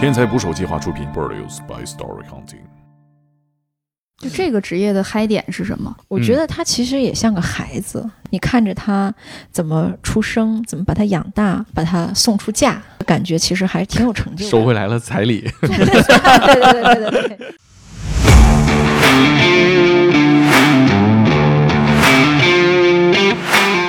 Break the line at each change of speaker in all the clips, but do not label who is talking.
天才捕手计划出品，Produced by Story Hunting。
就这个职业的嗨点是什么？
我觉得他其实也像个孩子，你看着他怎么出生，怎么把他养大，把他送出嫁，感觉其实还挺有成就感。
收回来了彩礼，
对对对对对对。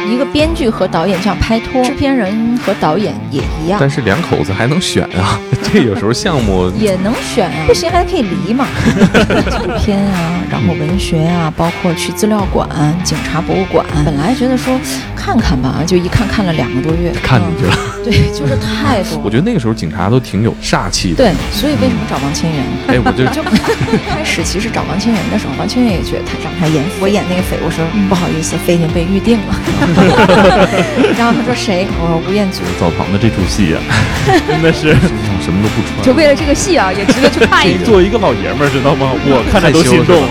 一个编剧和导演就像拍拖，制片人和导演也一样，
但是两口子还能选啊， 这有时候项目
也能选啊，不行还可以离 嘛。纪录片啊，然后文学啊，包括去资料馆、警察博物馆，本来觉得说看看吧，就一看看了两个多月，
看进去了。
嗯对，就是太多了。
我觉得那个时候警察都挺有煞气的。
对，所以为什么找王千源？
哎，我 这
就开始其实找王千源的时候，王千源也觉得他让他演我演那个匪，我说、不好意思，匪已经被预定 了。然后他说谁？我说吴彦祖。
澡堂的这出戏啊 呀、真的 是
身上什么都不穿，
就为了这个戏啊，也值得去看一
作为一个老爷们儿，知道吗？我看着都心动。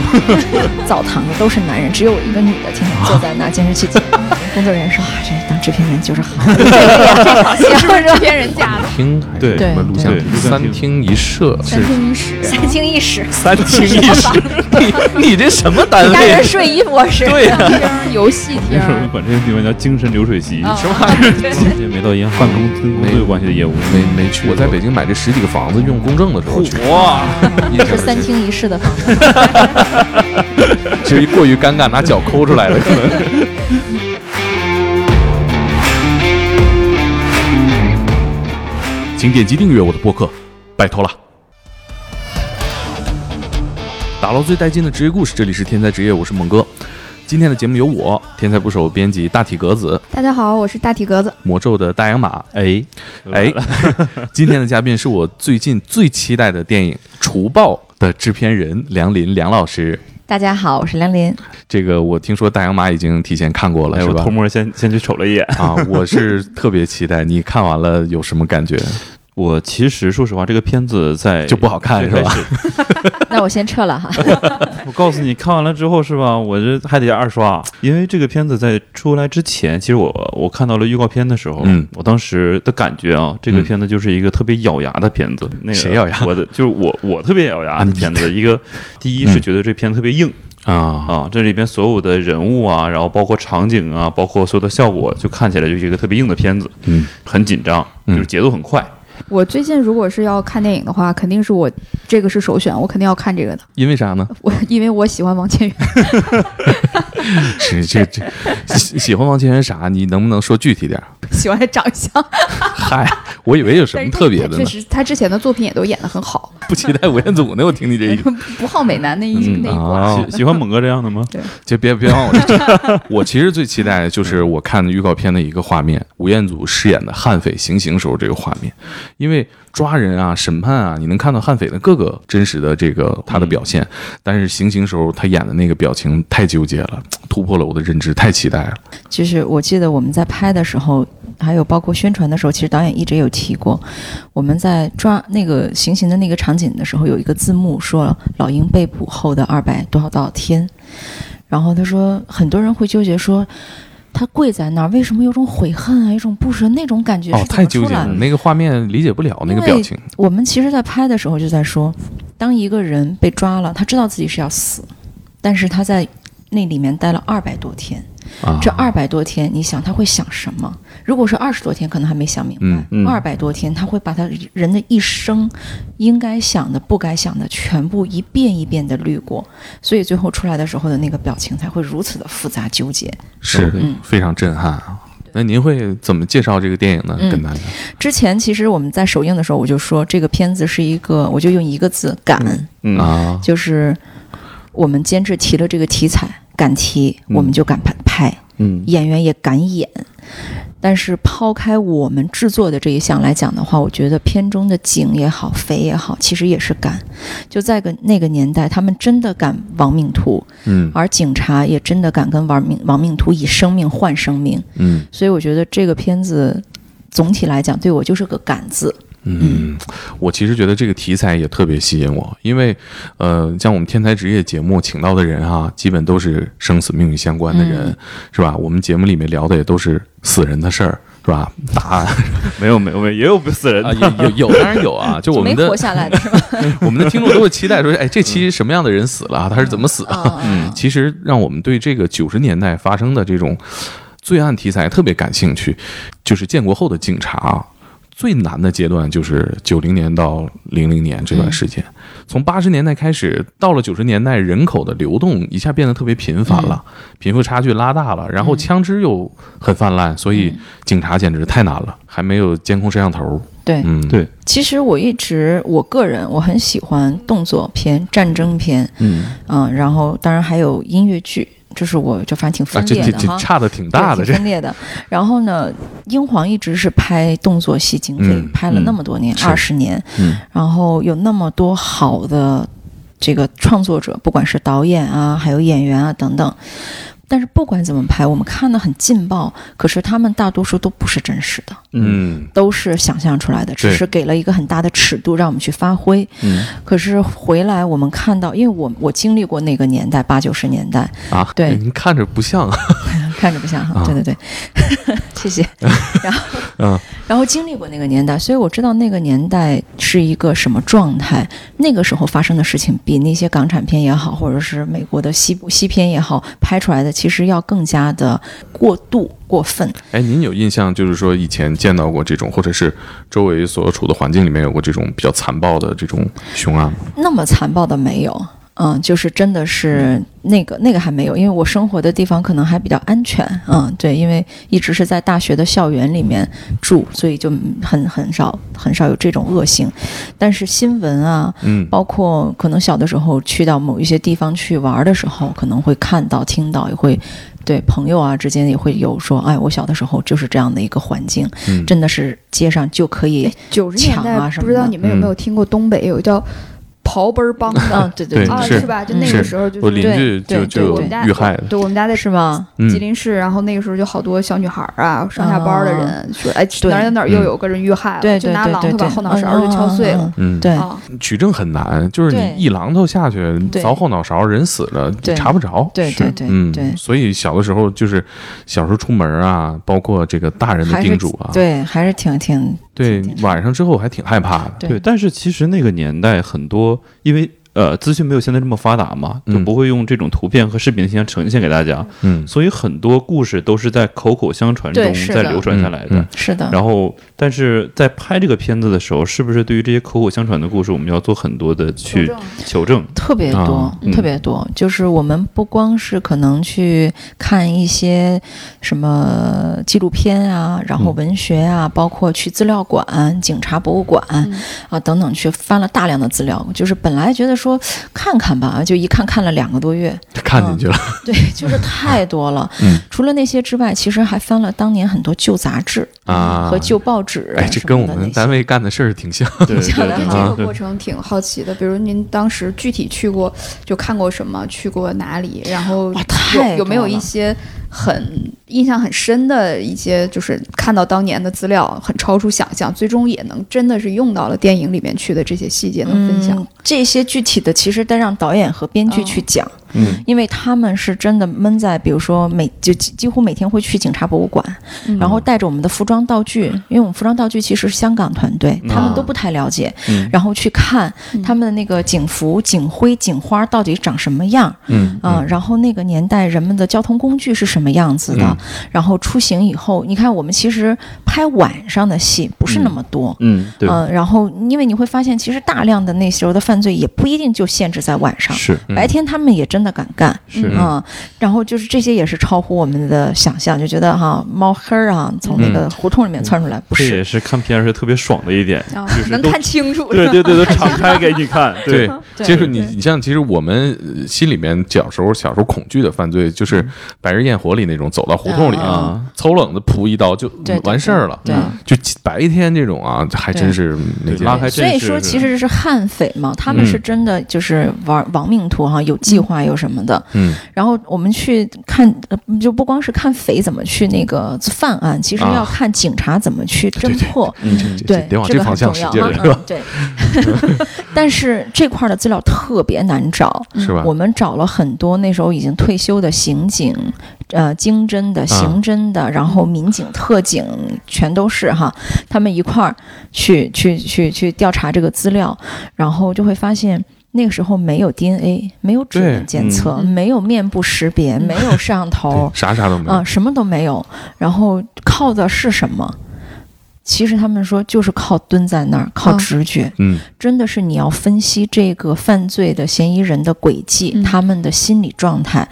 澡堂的都是男人，只有我一个女的，天天坐在那儿监视器前面。工作人员说啊，这当制片人就是好。
下。是不是制片人家的？
厅还是
对
什么录像
对
厅
录像
三
厅
厅一舍，
三厅一室，
三清一室，
三清一色，
你你这什么单
家人睡衣博士。
啊对呀、
三厅游戏
那
厅
时，候管这个地方叫精神流水
嗯
席，
什
么
这没到银行办公跟工作有关系的业务，
没没去。我在北京买这十几个房子用公证的时候去，
哇，
印
是
象
三
深。
厅一室的房子，
就一过于尴尬，拿脚抠出来了，可能。
请点击订阅我的播客，拜托了。
打捞最带劲的职业故事，这里是天才职业，我是猛哥。今天的节目由我天才捕手编辑大体格子、
大家好，我是大体格子。
魔咒的大洋马。
哎
哎， 今天的嘉宾是我最近最期待的电影《除暴》的制片人梁林梁老师。
大家好，我是梁林。
这个我听说大洋马已经提前看过了，
哎，
是
我
吧
偷？摸先先去瞅了一眼。
啊，我是特别期待，你看完了有什么感觉？
我其实说实话，这个片子在
就不好看是吧
最开始？
那我先撤了哈。
我告诉你，看完了之后是吧？我这还得二刷，因为这个片子在出来之前，其实我我看到了预告片的时候，
嗯
我当时的感觉啊，这个
嗯
片子就是一个特别咬牙的片子。那个
谁咬牙啊
我的就是我我特别咬牙的片子。一个第一是
嗯
觉得这片子特别硬、
啊，
啊，这里边所有的人物啊，然后包括场景啊，包括所有的效果，就看起来就是一个特别硬的片子，
嗯，
很紧张，
嗯
就是节奏很快。
我最近如果是要看电影的话，肯定是我这个是首选，我肯定要看这个的。
因为啥呢？
我因为我喜欢王千源，
这这这喜喜欢王千源啥？你能不能说具体点儿？
喜欢他长相，
嗨，我以为有什
但
么
是他
特别的
确
呢，
实，他之前的作品也都演得很好，
不期待吴彦祖呢？我听你这意思。
不好美男那一
嗯
那一挂。
啊，
喜喜欢猛哥这样的吗？
就别别往我 这我其实最期待的就是我看预告片的一个画面，吴彦祖饰演的悍匪行刑时候这个画面，因为抓人啊、审判啊，你能看到悍匪的各个真实的这个他的表现，
嗯
但是行刑时候他演的那个表情太纠结了，突破了我的认知，太期待了。
就是我记得我们在拍的时候，还有包括宣传的时候，其实导演一直有提过，我们在抓那个行刑的那个场景的时候，有一个字幕说老鹰被捕后的二百多少多少天，然后他说很多人会纠结说。他跪在那儿，为什么有种悔恨啊，有种不舍那种感觉是
哦，
怎
太
么
纠
出
结
来
了，
的？
那个画面理解不了那个表情。
我们其实，在拍的时候就在说，当一个人被抓了，他知道自己是要死，但是他在那里面待了二百多天，
啊，
这二百多天，你想他会想什么？如果是二十多天，可能还没想明
嗯
白。二百、多天，他会把他人的一生应该想的、不该想的，全部一遍一遍的滤过，所以最后出来的时候的那个表情才会如此的复杂纠结。
是
嗯
非常震撼啊。那您会怎么介绍这个电影呢？
嗯
跟大家
之前其实我们在首映的时候，我就说这个片子是一个，我就用一个字“感”
嗯
啊，
就是我们监制提了这个题材，敢提，我们就敢拍拍，
嗯
演员也敢演。但是抛开我们制作的这一项来讲的话，我觉得片中的景也好，肥也好，其实也是敢。就在个那个年代，他们真的敢亡命徒，
嗯
而警察也真的敢跟亡命亡命徒以生命换生命。
嗯。
所以我觉得这个片子总体来讲，对我就是个敢字。
嗯，我其实觉得这个题材也特别吸引我，因为，呃，像我们天才职业节目请到的人啊，基本都是生死命运相关的人，
嗯
是吧？我们节目里面聊的也都是死人的事儿，是吧？大案
没有没有没有，也有不死人
啊，
的，
有有有，当然有啊。就我
没
们
活
的
下来 的是吧？
我们的听众都会期待说，哎，这期什么样的人死了啊？他是怎么死的？
嗯，
其实让我们对这个九十年代发生的这种罪案题材特别感兴趣，就是建国后的警察啊最难的阶段就是九零年到零零年这段时间，从八十年代开始到了九十年代，人口的流动一下变得特别频繁了，
嗯
贫富差距拉大了，然后枪支又很泛滥，所以
嗯
警察简直太难了，还没有监控摄像头。
对。
嗯，
对
其实我一直我个人我很喜欢动作片、战争片，
嗯，
嗯，然后当然还有音乐剧，这是我就反正挺
啊，
分
这
裂
这
的
这
哈。
差的挺大的，
对
这
挺分裂的。然后呢，英皇一直是拍动作戏经费，
嗯
拍了那么多年，
是
二十、年，
嗯
然后有那么多好的这个创作者，不管是导演啊，还有演员啊等等。但是不管怎么拍，我们看的很劲爆，可是他们大多数都不是真实的，
嗯
都是想象出来的，只
对
是给了一个很大的尺度让我们去发挥。
嗯
可是回来我们看到，因为我我经历过那个年代，八九十年代，
啊，
对
您看着不像啊，
看着不像哈，
啊
对对对， 谢 谢。然后，
嗯
然后经历过那个年代，所以我知道那个年代是一个什么状态。那个时候发生的事情，比那些港产片也好，或者是美国的西部西片也好，拍出来的其实要更加的过度、过分。
哎，您有印象，就是说以前见到过这种，或者是周围所处的环境里面有过这种比较残暴的这种凶案吗？
那么残暴的没有，嗯，就是真的
嗯
是那个那个还没有，因为我生活的地方可能还比较安全，嗯，对，因为一直是在大学的校园里面住，所以就很很少很少有这种恶性。但是新闻啊，
嗯
包括可能小的时候去到某一些地方去玩的时候，可能会看到、听到，也会对朋友啊之间也会有说，哎，我小的时候就是这样的一个环境，
嗯
真的是街上就可以，
九十年代、
抢啊什么的
不知道你们有没有听过东北有叫刨奔儿帮的、
嗯，对 对对，
啊，
是
是吧？就那个
是
时候就
我
是
邻居
对
就
对
就
对
有
我们家
遇害的，
对我们家在
是吗？
嗯
吉林市，然后那个时候就好多小女孩儿啊，上下班儿的人说，哎，
对
哪儿哪儿又有个人遇害了，
对，
啊就
对
拿
对
榔
对
头把
对
后脑勺就敲碎了。
嗯嗯嗯
嗯，
嗯，对，
啊，
取证很难，就是
对
你一榔头下去
对
凿后脑勺，人死了
对
查不着。
对对对
嗯，
对，
所以小的时候就是小时候出门啊，包括这个大人的
还是
叮嘱啊，
对，还是挺挺
对
挺，
晚上之后还挺害怕啊的。
对
对，但是其实那个年代很多，因为呃资讯没有现在这么发达嘛，就
嗯
不会用这种图片和视频形象呈现给大家，
嗯
所以很多故事都是在口口相传
对
中
是
再
的
流传下来的。
嗯嗯
是的，
然后，但是在拍这个片子的时候，是不是对于这些口口相传的故事，我们要做很多的去
求证
求证？
特别多，
啊
嗯
特别多。就是我们不光是可能去看一些什么纪录片啊，然后文学啊，包括去资料馆、警察博物馆、
嗯
啊等等，去翻了大量的资料。就是本来觉得说看看吧，就一看看了两个多月，
看进去了。
对，哎就是太多了。
嗯
除了那些之外，其实还翻了当年很多旧杂志
啊
和旧报纸。
哎，这跟我们单。位干的事儿挺像。
对对
这样
对
的
对
对啊
这
对
个
对
过程挺好奇的，比如您当时具体去过，就看过什么，去过哪里，然后
哇太
有有没有
多了
一些很印象很深的一些，就是看到当年的资料很超出想象，最终也能真的是用到了电影里面去的这些细节，能分享啊
嗯。这些具体的，其实得让导演和编剧去讲，
嗯
因为他们是真的闷在，比如说每就几几乎每天会去警察博物馆，
嗯
然后带着我们的服装道具，因为我们服装道具其实是香港团队，
嗯
他们都不太了解，
啊嗯
然后去看
嗯
他们的那个警服、警徽、警花到底长什么样，
嗯
啊、然后那个年代人们的交通工具是什么样子的，
嗯
然后出行以后，你看我们其实拍晚上的戏不是那么多。嗯
嗯，对，
然后因为你会发现，其实大量的那时候的犯罪也不一定就限制在晚上，
是
嗯
白天他们也真的敢干，
是
嗯啊然后就是这些也是超乎我们的想象，就觉得哈、猫黑儿啊从那个胡同里面窜出来，不
这
是
也是看片儿时特别爽的一点。
嗯
啊
就是
能
都
看清楚，
对对对，都敞开给你看。
对，
对
就是你，你像其实我们呃心里面小时候小时候恐惧的犯罪，就是
嗯
白日焰火里那种走到胡同里
啊，
抽冷子扑一刀就
对对
完事儿了。嗯
对对
就白天这种啊，还真是没
对
见
拉
过。
开
所
阵
以
势
说，
是
其实是悍匪嘛，他们
嗯
是真的就是玩亡命徒哈，有计划、有什么的。
嗯
然后我们去看，呃就不光是看匪怎么去那个犯案，其实
啊
要看警察怎么去侦
对对
破。
嗯，这这
对，
得往
这个
方
很
向
重
使
要
劲儿，
嗯
是吧？
嗯对， 但是这块儿的资料特别难找，
嗯
是吧
我？们找了很多那时候已经退休的刑警，呃，经侦
啊
的、刑侦的，然后民警、特警，全都是哈，他们一块儿去去去去调查这个资料，然后就会发现。那个时候没有 DNA，没有指
对
纹检测，
嗯
没有面部识别，
嗯
没有摄像头
对，啥啥都没
啊、
有，
什么都没有。然后靠的是什么？其实他们说就是靠蹲在那儿，靠
啊
直觉，
嗯，
真的是你要分析这个犯罪的嫌疑人的轨迹，
嗯
他们的心理状态，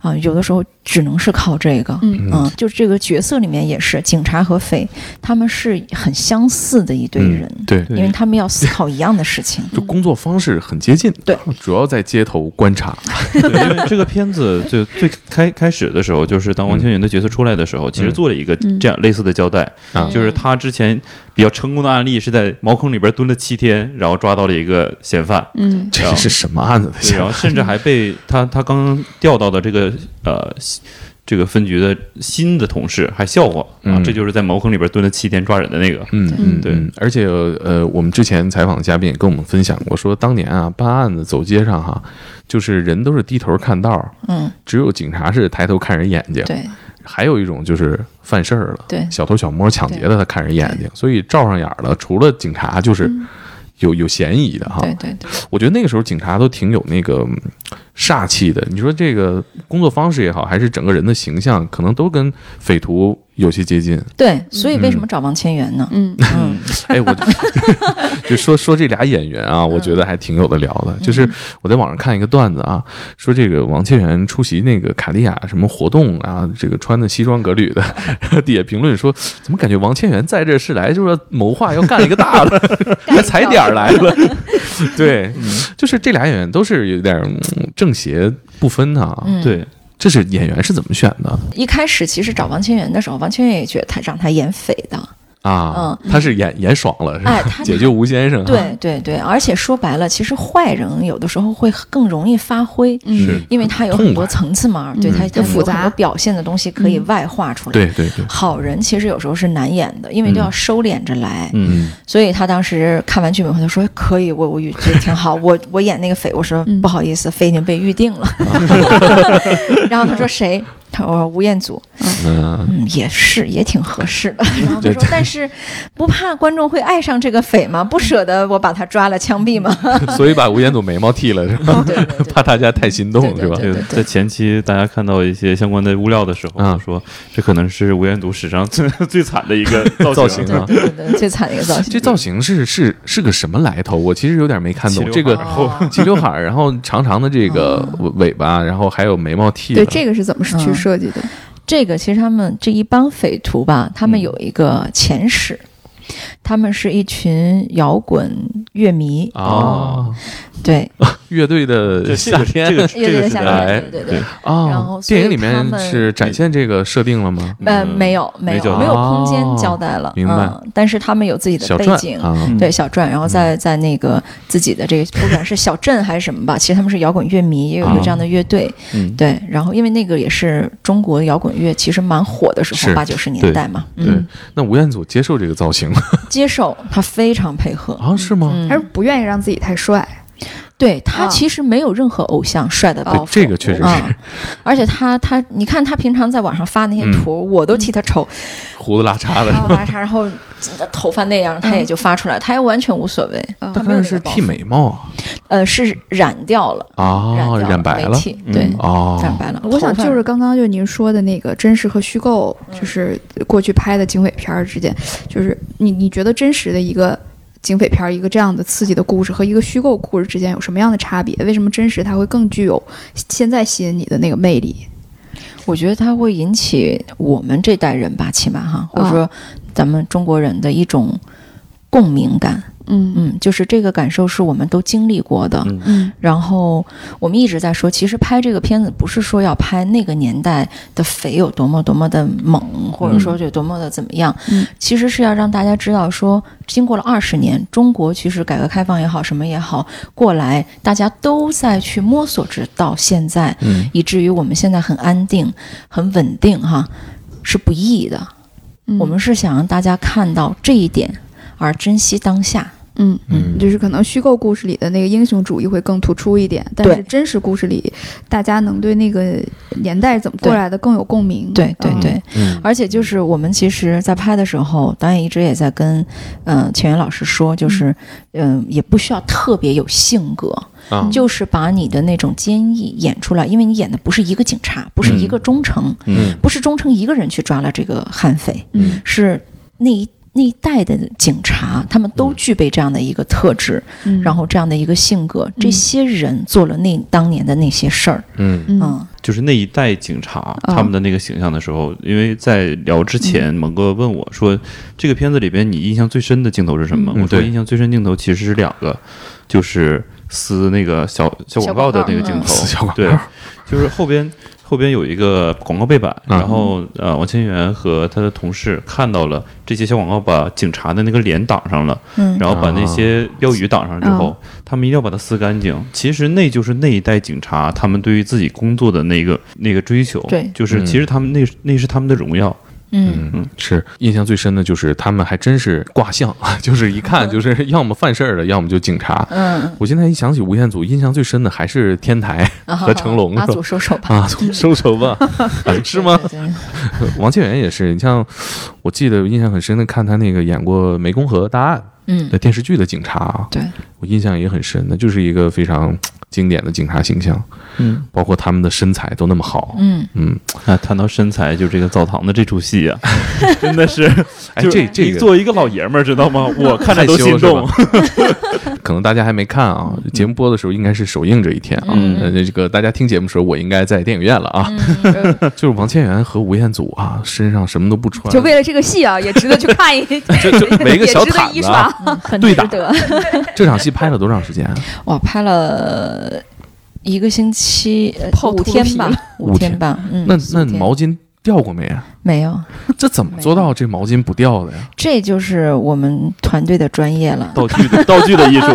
啊、有的时候只能是靠这个。
嗯
嗯，就这个角色里面也是，警察和匪他们是很相似的一堆
嗯
人，
对，
对
因为他们要思考一样的事情。
就工作方式很接近，
对，
主要在街头观察，
对，因为 这个片子就最开开始的时候，就是当王千源的角色出来的时候，其实做了一个
嗯
这样类似的交代，
啊
就是他之前比较成功的案例是在茅坑里边蹲了七天，然后抓到了一个嫌犯，
嗯
这是什么案子的
对然
想
后
法？
甚至还被他他刚调到的这个呃西这个分局的新的同事还笑话啊
嗯，
这就是在茅坑里边蹲了七天抓人的那个，
嗯嗯
对
嗯，而且呃，我们之前采访的嘉宾也跟我们分享过，说当年啊办案子走街上哈，就是人都是低头看道儿，
嗯，
只有警察是抬头看人眼睛。
对
还有一种就是犯事儿了，
对
小偷小摸抢劫的，他看人眼睛，所以照上眼儿了。除了警察，就是有有嫌疑的哈。
嗯对对对，
我觉得那个时候警察都挺有那个嗯煞气的。你说这个工作方式也好，还是整个人的形象，可能都跟匪徒有些接近。
对，所以为什
嗯
么找王千源呢？
嗯
嗯，
哎，我就 说说这俩演员啊，我觉
嗯
得还挺有的聊的。就是我在网上看一个段子啊，说这个王千源出席那个卡地亚什么活动啊，这个穿的西装革履的，底下评论说，怎么感觉王千源在这是来就是要谋划要干一个大的，还踩点儿来 了。对，
嗯
就是这俩演员都是有点嗯正邪不分啊。
嗯
对，
这是演员是怎么选的
一开始其实找王千源的时候，王千源也觉得他让他演匪的，
啊？他是演演爽了是
嗯
吧
哎？他
解救吴先生啊。
对对对，而且说白了，其实坏人有的时候会更容易发挥，
是
嗯
因为他有
痛
很多
快
层次嘛，
嗯
对他
嗯
他
复
有很
杂
多表现的东西可以
嗯
外化出来。
对对对，
好人其实有时候是难演的，因为都要
嗯
收敛着来。
嗯
所以他当时看完剧本后，他说：“可以，我我觉得挺好，我 我演那个匪。”我说：“
嗯
不好意思，匪已经被预定了。” 然后他说：“谁？”他说：“吴彦祖。”
嗯。
嗯，也是，也挺合适的。然后他
对
说：“但是不怕观众会爱上这个匪吗？不舍得我把他抓了枪毙吗？”
所以把吴彦祖眉毛剃了是吧？
哦对对对对
怕大家太心动是吧？
对
对，
对对
在前期大家看到一些相关的物料的时候，
嗯
我说这可能是吴彦祖史上最 最惨的一个造
造
型
型
啊
啊。
对对对，最惨的一个造型。
这造型是是是个什么来头？我其实有点没看懂。
齐
这个
刘海然后
齐刘海儿， 然后长长的这个
哦
尾巴，然后还有眉毛剃了。
对，这个是怎么
嗯
去设计的？
这个其实他们这一帮匪徒吧，他们
嗯
有一个前史，他们是一群摇滚乐迷，哦
啊，
对，
乐队的
这
夏天
这个这
乐
个
队的
是
夏
来
天，对对对。然
啊
后，所以
电影里
他
面
们
是展现这个设定了吗？
呃，
嗯
没有，没
没交
有，
代
没有空间
哦
交代了，
明白
嗯。但是他们有自己的
小
背
传
景，
啊，
嗯
对小传，然后在在那个自己的这个，不管是小镇还是什么吧，其实他们是摇滚乐迷，也有一个这样的乐队，
嗯，
啊
对。然后因为那个也是中国摇滚乐其实蛮火的时
是
候，八九十
对
年代嘛，
对
嗯，。
那吴彦祖接受这个造型吗？
接受他非常配合，
啊，是吗？
嗯
还是不愿意让自己太帅？
对他
啊
其实没有任何偶像帅的包
对
袱，
这个确实
嗯
是，
而且他他，你看他平常在网上发那些图，我都替他愁，
胡子拉碴的
然。后拉碴，然后头发那样，他也就发出来，他也完全无所谓。
嗯
他没有那
但是
个包
剃
袱，
眉毛啊
呃，是染掉了，染
啊，
掉
染白
没
了
剃对，
哦，
染白了。
呃我想
头发
就是刚刚就您说的那个真实和虚构，
嗯
就是过去拍的警匪片儿之间，就是你你觉得真实的一个警匪片儿，一个这样的刺激的故事和一个虚构故事之间有什么样的差别？为什么真实它会更具有现在吸引你的那个魅力？
我觉得它会引起我们啊这代人吧，起码哈，或者说咱们中国人的一种共鸣感。
嗯
嗯，就是这个感受是我们都经历过的。
嗯
嗯
然后我们一直在说，其实拍这个片子不是说要拍那个年代的肥有多么多么的猛，或者说有多么的怎么样，
嗯
其实是要让大家知道说，经过了二十年，中国其实改革开放也好，什么也好，过来大家都在去摸索，直到现在，
嗯
以至于我们现在很安定、很稳定哈，是不易的。
嗯，
我们是想让大家看到这一点，而珍惜当下。
嗯
嗯
就是可能虚构故事里的那个英雄主义会更突出一点，但
对
是真实故事里，大家能对那个年代怎么过
对
来的更有共鸣。
对对
嗯
对。，
嗯
而且就是我们其实，在拍的时候，导演一直也在跟，嗯、钱源老师说，就是，嗯、也不需要特别有性格，
啊
就是把你的那种坚毅演出来，因为你演的不是一个警察，不是一个忠诚，
嗯
不是忠诚一个人去抓了这个悍匪，
嗯
是那一那一代的警察，他们
嗯
都具备这样的一个特质，
嗯，
然后这样的一个性格，这些人做了那当年的那些事儿，
嗯
嗯
嗯
就是那一代警察他们的那个形象的时候，因为在聊
嗯
之前，蒙哥问我说，这个片子里边你印象最深的镜头是什么？
嗯
我说
对
印象最深镜头其实是两个，就是撕那个小小
小
广告的
广告
那个镜
嗯
头，
死小广告
对，就是后边后边有一个广告背板，
嗯
然后呃，王千源和他的同事看到了这些小广告，把警察的那个脸挡上了，
嗯
然后把那些
啊
标语挡上之后，他们一定要把它撕干净。其实那就是那一代警察他们对于自己工作的那个那个追求，
对
就是
嗯
其实他们那是那是他们的荣耀，
嗯
嗯，是印象最深的就是他们还真是卦象， 就是 一看就是 要么犯事儿的，要么就警察。
嗯，
我现在一想起吴彦祖，印象最深的还是天台和成龙
阿
是吧
祖收手吧。
啊， 收手 吧，啊是吗？
对？对对
王千源也是，你像我记得印象很深的，看他那个演过《湄公河大案》
嗯，
的电视剧的警察啊，
对，
我印象也很深，那就是一个非常经典的警察形象，
嗯。
包括他们的身材都那么好，
嗯，
嗯，
啊，谈到身材，就这个澡堂的这出 戏啊，真的是，
哎
就是
这这
你
个
作为一个老爷们儿，知道吗？我看着
害
都
羞
心
是
动
吧。可能大家还没看啊，
嗯
节目播的时候应该是首映这一天啊，
嗯
呃，这个大家听节目的时候，我应该在电影院了啊，
嗯
就是王千源和吴彦祖啊，身上什么都不穿，
就为了这个戏啊，也值得去看一，
就就 围个
也
小
值得
毯
一
子、
刷
啊。。
嗯很
对
值
的
得。
这场戏拍了多长时间啊？
我拍了一个星期，呃
泡
五
秃噜
天
皮
吧，
五
五
天
天吧。嗯，
那
四
那
天
毛巾掉过没啊？
没有，
这怎么做到这毛巾不掉的呀？
这就是我们团队的专业了。
道具的道具的艺术，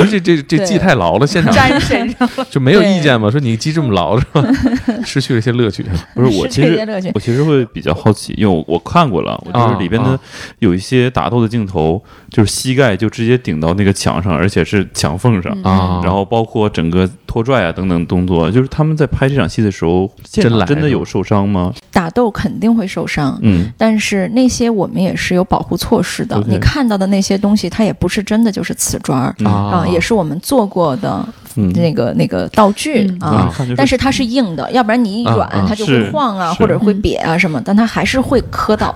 而且这这记太牢了，现场
粘身上，
就没有意见嘛？说你记这么牢是吧？ 失去了一些乐趣。
不是我其
这些
实
乐趣。
我其实会比较好奇，因为我我看过了，我就是里边
啊
的有一些打斗的镜头，就是膝盖就直接顶到那个墙上，而且是墙缝上。
嗯
啊
然后包括整个拖拽啊等等动作，就是他们在拍这场戏的时候，现
真
场
来
真的
是吧
有受伤吗？
打斗肯定会受伤。
嗯，
但是那些我们也是有保护措施的，
OK
你看到的那些东西，它也不是真的就是瓷砖儿
啊
哦
啊，也是我们做过的
嗯
那个那个道具
嗯
啊，
看就是
但是它是硬的，要不然你一软，
啊啊
它就会
是
晃啊，
是
或者会瘪啊什么，但它还是会磕到。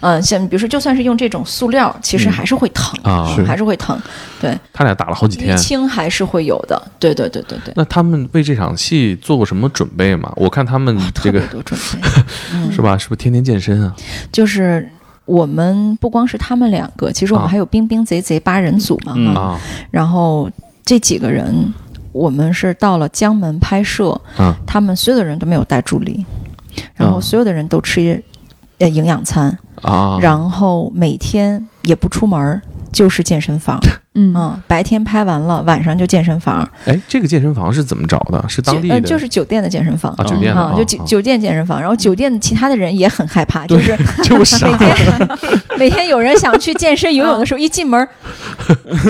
嗯，像比如说，就算是用这种塑料，其实
嗯
还是会疼，
啊
是
还是会疼。对，
他俩打了好几
淤
天。
青还是会有的。对对对对对，
那他们为这场戏做过什么准备吗？我看他们
哇
嗯这
哦特
个
别多准备，
是吧？是不是天天健身啊？
嗯就是。我们不光是他们两个，其实我们
啊
还有冰冰贼贼八人组嘛，
嗯
啊
啊
然后这几个人，我们是到了江门拍摄，
啊
他们所有的人都没有带助理，然后
啊
所有的人都吃呃营养餐，
啊！
然后每天也不出门儿，就是健身房。
嗯
嗯，白天拍完了，晚上就健身房，
哎，这个健身房是怎么找的？是当地
就
的？
呃就是酒店的健身房
啊，。酒店的
啊，就酒酒店健身房，然后酒店的其他的人也很害怕，就是
就傻 啊
每天每天有人想去健身游泳的时候，一进门 儿，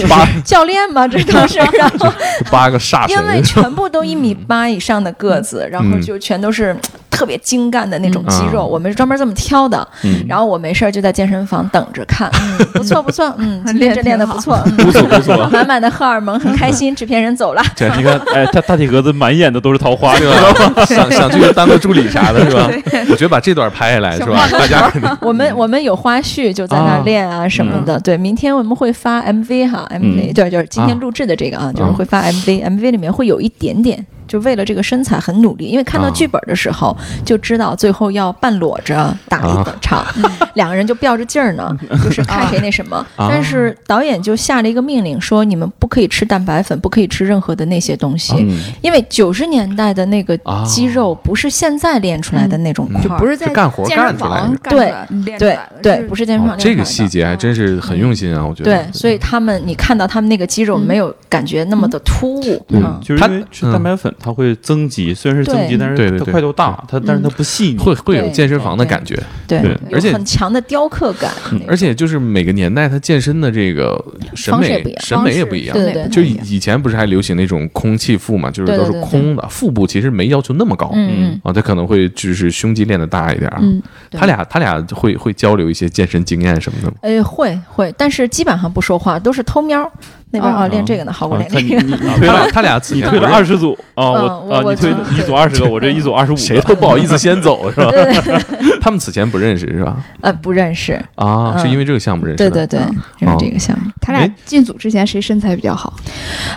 八
教练吗？这都 是，然后
八个煞
因为
神，
全部都一米八以上的个
嗯
子，然后就全都是特别精干的那种肌肉，
嗯
我们是专门这么挑的。
嗯
然后我没事儿就在健身房等着 看，嗯不错不错，嗯，今天
练
这
得
练的
挺
不
好
错，嗯
不错不错
满满的荷尔蒙，很开心。制片人走了，
这你看，哎，他大体格子满眼的都是桃花，
对 吧？想想去当个助理啥的，是吧？我觉得把这段拍下来，是吧？大家肯定
我们我们有花絮，就在那
啊
儿练嗯啊什么的。对，明天我们会发 MV 哈，MV
嗯
对，就是今天
啊
录制的这个啊，就是
啊
会发 MV，MV 里面会有一点点就为了这个身材很努力，因为看到
啊
剧本的时候、就知道最后要半裸着打一个啊场，两个人就吊着劲儿 呢，就是看谁那什么。
啊
但是导演就下了一个命令，说你们不可以吃蛋白粉，不可以吃任何的那些东西，
嗯，
因为九十年代的那个
啊
肌肉不是现在练出来的那种
嗯
块儿，
不是在
是干活
健
干
身
出来
房
的
干出来练出
对
来的
对，
是
不是健身
哦
房练出来的、
这个细节还真是很用心啊，我觉
嗯
得。
对，所以他们你看到他们那个肌肉没有感觉那么的突兀，
对
嗯，
就是
它
因为吃蛋白粉，它会增肌，虽然是增肌，
对
但
对
是
对
它
对
块头大，它但是它不细腻。
会会有
对
健身房的
对对
感觉，
对嗯
对
有
而且
很强的雕刻感，那
而
种
且就是每个年代他健身的这个审
方式也
美
不一样
审美也不一样
对，对对
就以以前不是还流行那种空气腹嘛，就是
对
都
对
是
对对
空的，腹部其实没要求那么高
嗯嗯
啊，他可能会就是胸肌练得大一点啊。
嗯，
对
他俩他俩会会交流一些健身经验什么的吗，
哎，会会，但是基本上不说话，都是偷瞄。那边
哦
啊，练这个呢，好，我
啊
练
它你
那个。
你你推
他俩
了
他俩此
你
前
推了
不是
二十组啊，我
嗯我
啊
我
你推
就
一组二十个，我这一组二十五，
谁都不好意思先走是吧？ 他们此前不认识是吧？
呃，不认识。
啊，
嗯
是因为这个项目认识
对
的。
对对
嗯，
认识这个项目。
他俩
哎
进组之前谁身材比较好？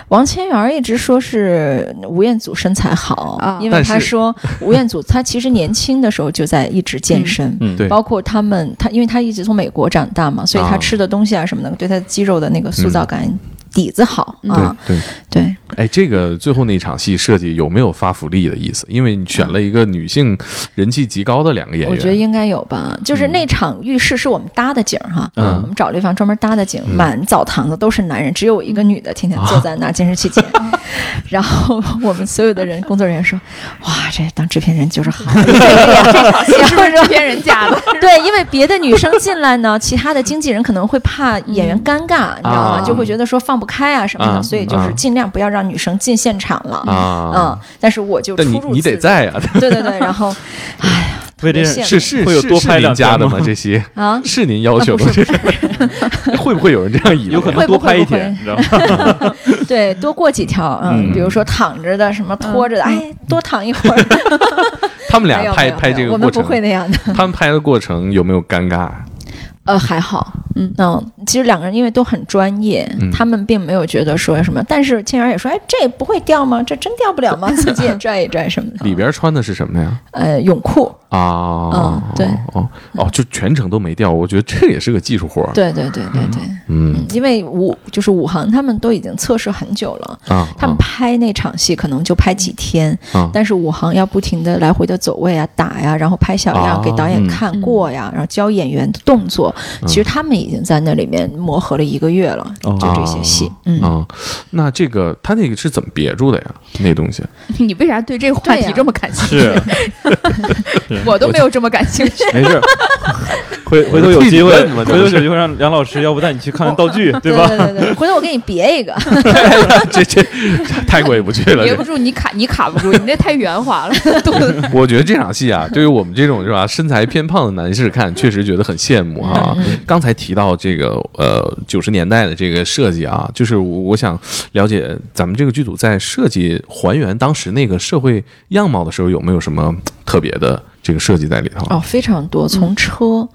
王千源一直说是吴彦祖身材好，
啊
因为
但
他
是
说吴彦祖他其实年轻的时候就在一直健身。
嗯
对
包括他们，他因为他一直从美国长大嘛，所以
啊
他吃的东西啊什么的，对他的肌肉的那个塑造感、底子好
嗯
啊。
对对，
对，
哎，这个最后那场戏设计有没有发福利的意思？因为你选了一个女性人气极高的两个演员，
我觉得应该有吧。就是
嗯
那场浴室是我们搭的景儿哈，
嗯
我们找了一房专门搭的景，
嗯
满澡堂子都是男人，只有我一个女的天天坐在 那儿监视器前。 然后我们所有的人工作人员说：“哇，这当制片人就是好。”
是不是制片人家 的？
对，因为别的女生进来呢，其他的经纪人可能会怕演员尴尬，你知道吗？
啊
就会觉得说放不开啊什么
啊
的，所以就是
啊
尽量不要让女生进现场了。
啊，
嗯，但是我就
但你
出入
你得
自
在 啊，
对对对，然后
为这件
羡慕
是
事
是
会有
是
多
是
拍
您
两
家
天
的
吗
吗？这些
啊，
是您要求
啊
吗？
不
这是 会不会有人这样以为啊？
有可能
会不
多
会
拍一
不会
天，你知道吗？
对，多过几条，嗯，
嗯
比如说躺着的，什么拖着的，哎，多躺一会儿。
他
没
们 俩
有
拍
没有
拍
没
这
有
个
我
过
们不会
程，
那样的。
他们拍的过程有没有尴尬？
呃，还好，嗯其实两个人因为都很专业，
嗯
他们并没有觉得说什么，但是倩媛也说，哎，这不会掉吗？这真掉不了 吗？自己也拽一拽什么的。
里边穿的是什么呀？
呃，泳裤，
啊，
嗯对
哦哦，就全程都没掉，我觉得这也是个技术活儿。
对对对对对，
啊嗯
嗯，因为武就是武行他们都已经测试很久了。
啊，
嗯他们拍那场戏可能就拍几天，
啊
但是武行要不停的来回的走位啊、打呀、然后拍小样、
啊
给导演看过呀，然后教演员的动作。
嗯
其实他们已经在那里面磨合了一个月了，
哦
就这些戏。嗯，
啊，那这个他那个是怎么别住的呀？那 东西
你为啥对这个话
对
题
呀
这么感兴趣？
是，
我都没有这么感兴趣。
没事儿， 回回头有机会
我替你，问嘛
回头有机会让杨老师，要不带你去看看道具，
对
吧？
对对对，回头我给你别一 个。
这这太过意不去了。
别
这
不住你卡，你卡不住，你那太圆滑了，肚子
我觉得这场戏啊，对于我们这种是吧身材偏胖的男士看，确实觉得很羡慕啊。刚才提到这个呃九十年代的这个设计啊，就是我我想了解咱们这个剧组在设计还原当时那个社会样貌的时候，有没有什么特别的这个设计在里头？
哦，非常多，
嗯
从车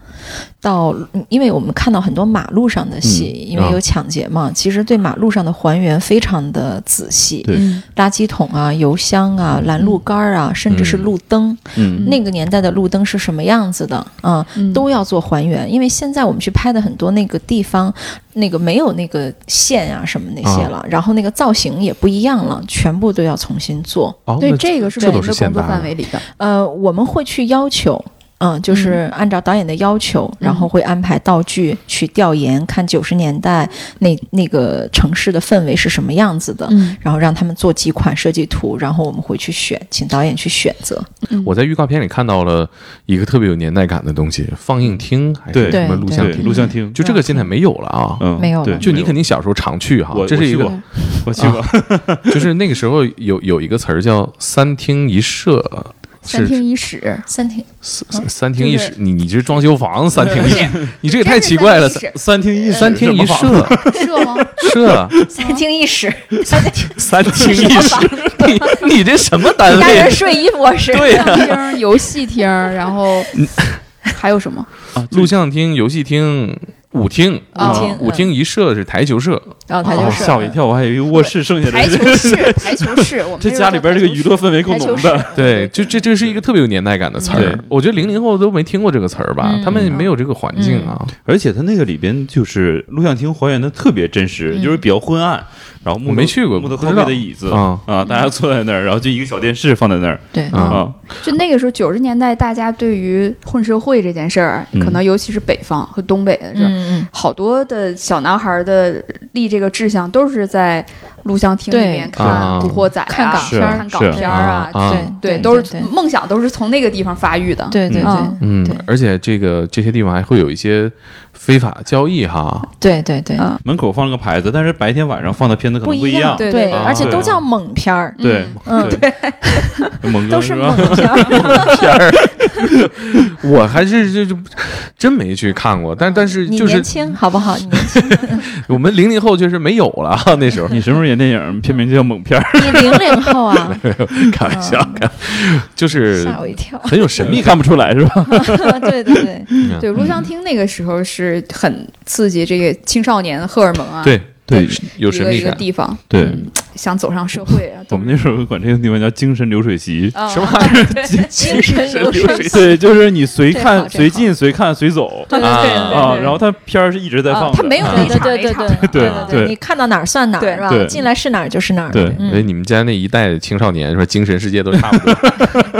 到，嗯因为我们看到很多马路上的戏，
嗯
因为有抢劫嘛，其实对马路上的还原非常的仔细，
对
嗯
垃圾桶啊、油箱啊、拦路杆儿啊，甚至是路灯，
嗯
那个年代的路灯是什么样子的啊，
嗯
都要做还原。因为现在我们去拍的很多那个地方，那个没有那个线啊什么那些了，然后那个造型也不一样了，全部都要重新做。
哦，
对
那
这个是
这
我们
都
的工
是现
作
代
范
的。
围里的。
呃，我们会去要求，嗯、就是按照导演的要求，然后会安排道具去调研，看九十年代那那个城市的氛围是什么样子的。
嗯，
然后让他们做几款设计图，然后我们会去选，请导演去选择。
我在预告片里看到了一个特别有年代感的东西，放映厅还是
对
什么录像
对，
厅？
录像厅，
就这个现在没有了啊。
嗯，
没有了
对，
就你肯定小时候常去哈
没有，我
这是一个啊
我去过，我去过，
就是那个时候有有一个词儿叫“三厅一舍”，
三
是
厅一室，
三厅
三三厅一
就是
室。你你这装修房三厅一室，你这也太奇怪了。
真是
三厅一
室
三厅一
什
舍，
社 吗？
舍
三厅一室，
三厅一室，你你这什么单
单人
位？
睡 衣模式。
嗯对呀、
唱
嗯
厅、游戏厅，然后还有什么？
啊
录像厅、游戏厅、舞厅，
啊舞
舞
厅
舞厅一社是台球社，
然后他就
哦
是
吓我一跳，我还以为卧室剩下的
排
是
球室，排球室，我们
这
时候
家里边
叫排
这个
球
娱乐氛围够
排球
浓
室
的。
对，就这这是一个特别有年代感的词
对
儿，我觉得零零后都没听过这个词儿吧
嗯，
他们没有这个环境啊。
而且它那个里边就是录像厅还原的特别真实，就是比较昏暗，然后木头
我没去过
木头
不
后
知
背
道
的椅子
啊
啊，大家坐在那儿，然后就一个小电视放在那儿
对
啊
啊，
就那个时候九十年代，大家对于混社会这件事儿，
嗯
可能尤其是北方和东北的这儿，
嗯
好多的小男孩儿的立这个志向都是在录像厅里
对
面看
啊
《古惑仔》啊、
看港
片儿
看港
是
片儿啊，
啊
嗯，对
对，都是
对
梦想都是从那个地方发育的。
对对
嗯
嗯
对，
而且这个这些地方还会有一些非法交易哈，
对对对
啊
门口放了个牌子，但是白天晚上放的片子可能不
一
样。
对
对，
对
而且
对
都叫猛片儿，
对
嗯
对，猛哥
都是
是
猛
吧？
片儿，
片儿， 我还是这这真没去看过，但但是
你
就是
年轻好不好？你年轻
我们零零后确实没有了 啊，那时候
你什么时候演电影？片名就叫《猛片儿
你零零后啊，
开玩笑，开 就是
吓我一跳。
很有 神》，秘
你
感。
看不出来是吧？
对对对，
嗯
对，录像厅那个时候是很刺激这个青少年荷尔蒙啊，
对
对
有
一
神
个
秘
一个
感。
地方
对，
想走上社会啊，
我们那时候管这个地方叫精神流水席。
那
什么
啊、
玩意儿？
精神流水线。
对，就是你随
这好
看
这
随
好
进随看随走
对对
啊
对对对
啊，然后它片儿是一直在放
啊
的，，
他没有
啊
那
对
场
对对
那
对
场
对
对对
你看到哪儿算哪儿
对
是吧？
对
进来是哪儿就是哪儿。
对
所以
嗯，
哎你们家那一代的青少年说精神世界都差不多。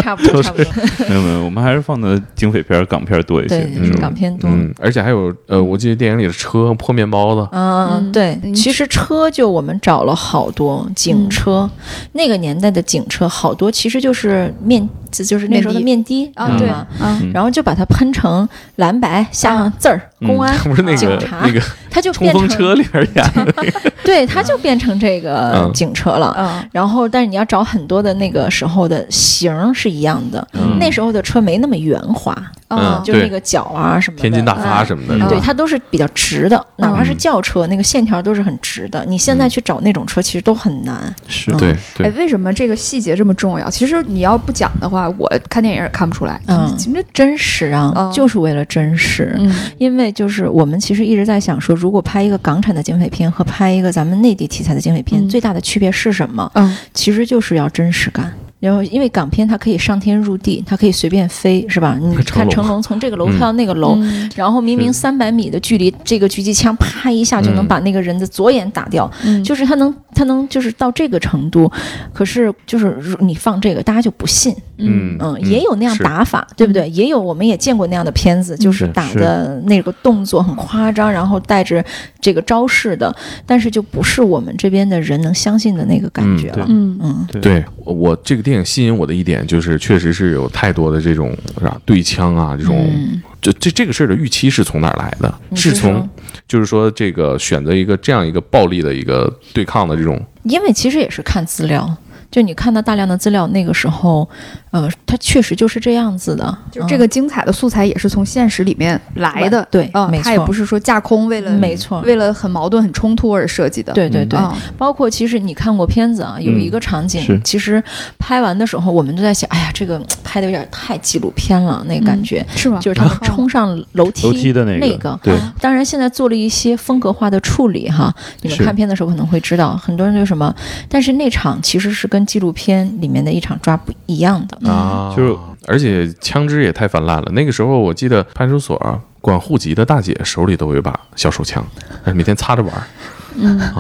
差不多差不多。
没有没有，我们还是放的警匪片儿、港片儿多一些。
对
那时，候
港片多。
嗯，而且还有呃，我记得电影里的车破面包子，
嗯，
嗯
对，
嗯
其实车就我们找了好多警车，那个年代的警车好多其实就是面，就就是那时候的面的
啊，
你知
对
道吗
啊，
然后就把它喷成蓝白，下上字儿，
嗯
公安、
不是那
警
个
察，
那个
它就
冲
变
锋
成
车里边演的，
对，它就变成这个
嗯
警车了。
嗯
然后，但是你要找很多的那个时候的型儿是一样的，
嗯
那时候的车没那么圆滑，
嗯
就是
对
那个角啊什么的，
天津大发
嗯
什么的
嗯
是吧，
对，它都是比较直的，哪怕
嗯
是轿车，那个线条都是很直的。你现在去找那种车，其实都很难。
是
嗯
对
哎
对，，
为什么这个细节这么重要？其实你要不讲的话，我看电影也看不出来。
嗯
其实，
真实啊
嗯，
就是为了真实。
嗯
因为就是我们其实一直在想说，如果拍一个港产的警匪片和拍一个咱们内地题材的警匪片，
嗯
最大的区别是什么？
嗯
其实就是要真实感。然后，因为港片它可以上天入地，它可以随便飞，是吧？你
成
看
龙
成龙从这个楼跳到那个楼，
嗯
然后明明
是
三百米的距离，这个狙击枪啪一下就能
嗯
把那个人的左眼打掉，
嗯
就是他能他能就是到这个程度。可是就是如你放这个，大家就不信，
嗯
嗯，也有那样
是
打法，对不对？也有我们也见过那样的片子，就是
是
打
是
的那个动作很夸张，然后带着这个招式的，但是就不是我们这边的人能相信的那个感
嗯
觉
对
了。
嗯
嗯，
对我我这个电影吸引我的一点就是，确实是有太多的这种是吧对枪啊这种，
嗯
这这这个事儿的预期是从哪儿来的？
你
是
是
从
说
就是说这个选择一个这样一个暴力的一个对抗的这种，
因为其实也是看资料。就你看到大量的资料，那个时候，呃，它确实就是这样子的。
就这个精彩的素材也是从现实里面来的
嗯，对
啊，
没
它也
错
不是说架空为了
嗯，没错，
为了很矛盾、很冲突而设计的，
对对对，
啊，
包括其实你看过片子啊，有一个场景，
嗯是
其实拍完的时候，我们都在想，哎呀，这个嘖拍的有点太纪录片了，那个感觉、
是吗？
就是他啊们冲上楼梯。
嗯 楼梯的那
那
个
个，
对，
当然现在做了一些风格化的处理哈。你们
是
看片的时候可能会知道，很多人就什么，但是那场其实是跟纪录片里面的一场抓不一样的。
啊
就是
而且枪支也太泛滥了。那个时候我记得派出所、啊、管户籍的大姐手里都有一把小手枪，哎每天擦着玩儿。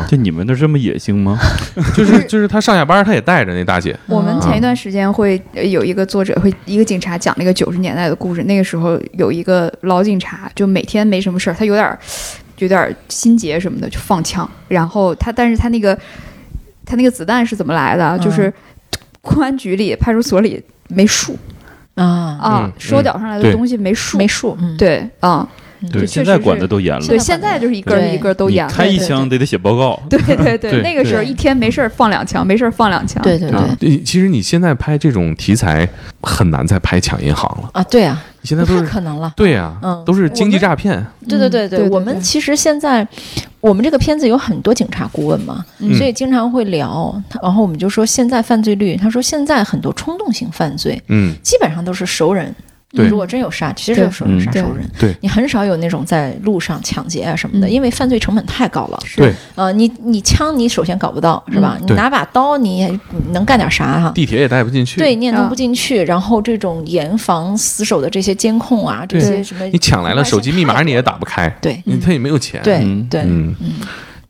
就你们那儿这么野性吗？
就是就是她上下班她也带着那大姐，
我们
嗯
前一段时间会呃有一个作者会一个警察讲了一个九十年代的故事，那个时候有一个老警察，就每天没什么事儿，他有点儿有点儿心结什么的，就放枪，然后他但是他那个他那个子弹是怎么来
嗯
的？啊就是公安局里、派出所里没数
啊，
啊
嗯，
收缴上来的
对
东西没数
没，数，嗯，
对啊，
对，
确
现
实
在
是
管的都严了，
对，现在就是一根儿
对
一根儿都
嗯你
严了
开。
对
一
对
枪得得写报告。
对对对，
对
那个时候
对
一天没事儿放两枪，没事儿放两枪。
对对对
啊，对其实你现在拍这种题材很难再拍抢银行了，
啊，对啊，
你现在
不
都
太
是
可能了。
对呀、
嗯
都是经济诈骗。
对对对
嗯对对
我
对
们其实现在，我们这个片子有很多警察顾问嘛，
嗯
所以经常会聊。他然后我们就说现在犯罪率，他说现在很多冲动性犯罪
嗯
基本上都是熟人。
对
如果真有杀，其实
对
有时候有杀
嗯
手人，
对
你很少有那种在路上抢劫啊什么的，
嗯
因为犯罪成本太高了。
是
对，嗯
呃，你你枪你首先搞不到是吧？你
对
拿把刀你也你能干点啥哈、
地铁也带不进去。
对，，你也弄
啊
不进去。然后这种严防死守的这些监控啊，这
对
些什么，
你抢来了，手机密码你也打不开，
对
你他也没有钱。
对
嗯
对，
嗯，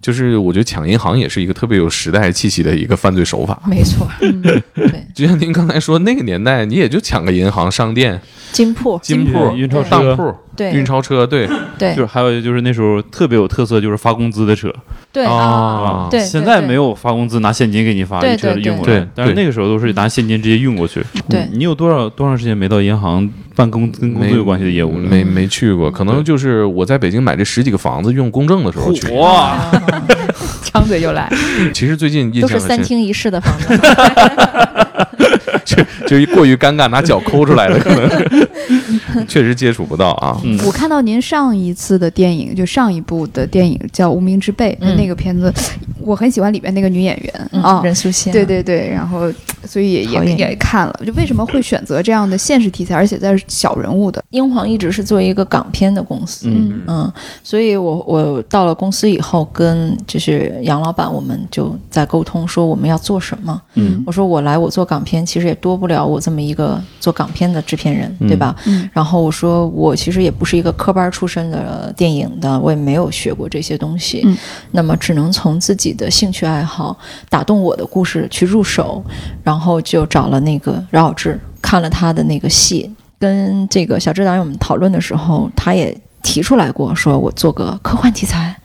就是我觉得抢银行也是一个特别有时代气息的一个犯罪手法。
没错，对，
就像您刚才说，那个年代你也就抢个银行、商店、
金铺，
金
金
铺、
运运钞车
当铺、
对
运钞车，对
对
就是还有就是那时候特别有特色，就是发工资的车
对
啊
对
现
对
在
对
没有发工资拿现金给你发
对
一车
对
运过
对
来
对，
但是那个时候都是拿现金直接运过去。
对
你有多少多长时间没到银行办工跟工
没
作有关系的业务了？
没没去过，可能就是我在北京买这十几个房子用公证的时候去。
哇，
张嘴就来，
其实最近印
都
象
是三
很深，
厅一室的房 子，
就一过于尴尬，拿脚抠出来的，可能 确实接触不到啊。
嗯
我看到您上一次的电影，就上一部的电影叫《无名之辈》，
嗯
那个片子我很喜欢里边那个女演员
嗯
啊，
任素汐，
对，对对，然后所以也
好
也
演员
也看了，就为什么会选择这样的现实题材，而且在小人物的，
英皇一直是作为一个港片的公司，
嗯，
嗯，所以我我到了公司以后，跟就是杨老板，我们就在沟通说我们要做什么。
嗯
我说我来我做港片，其实也多不了我这么一个做港片的制片人，
嗯
对吧？
嗯
然后我说我其实也不是一个科班出身的电影的，我也没有学过这些东西，
嗯
那么只能从自己的兴趣爱好打动我的故事去入手，然后就找了那个饶晓志，看了他的那个戏，跟这个小志导演我们讨论的时候，他也。提出来过，说我做个科幻题材，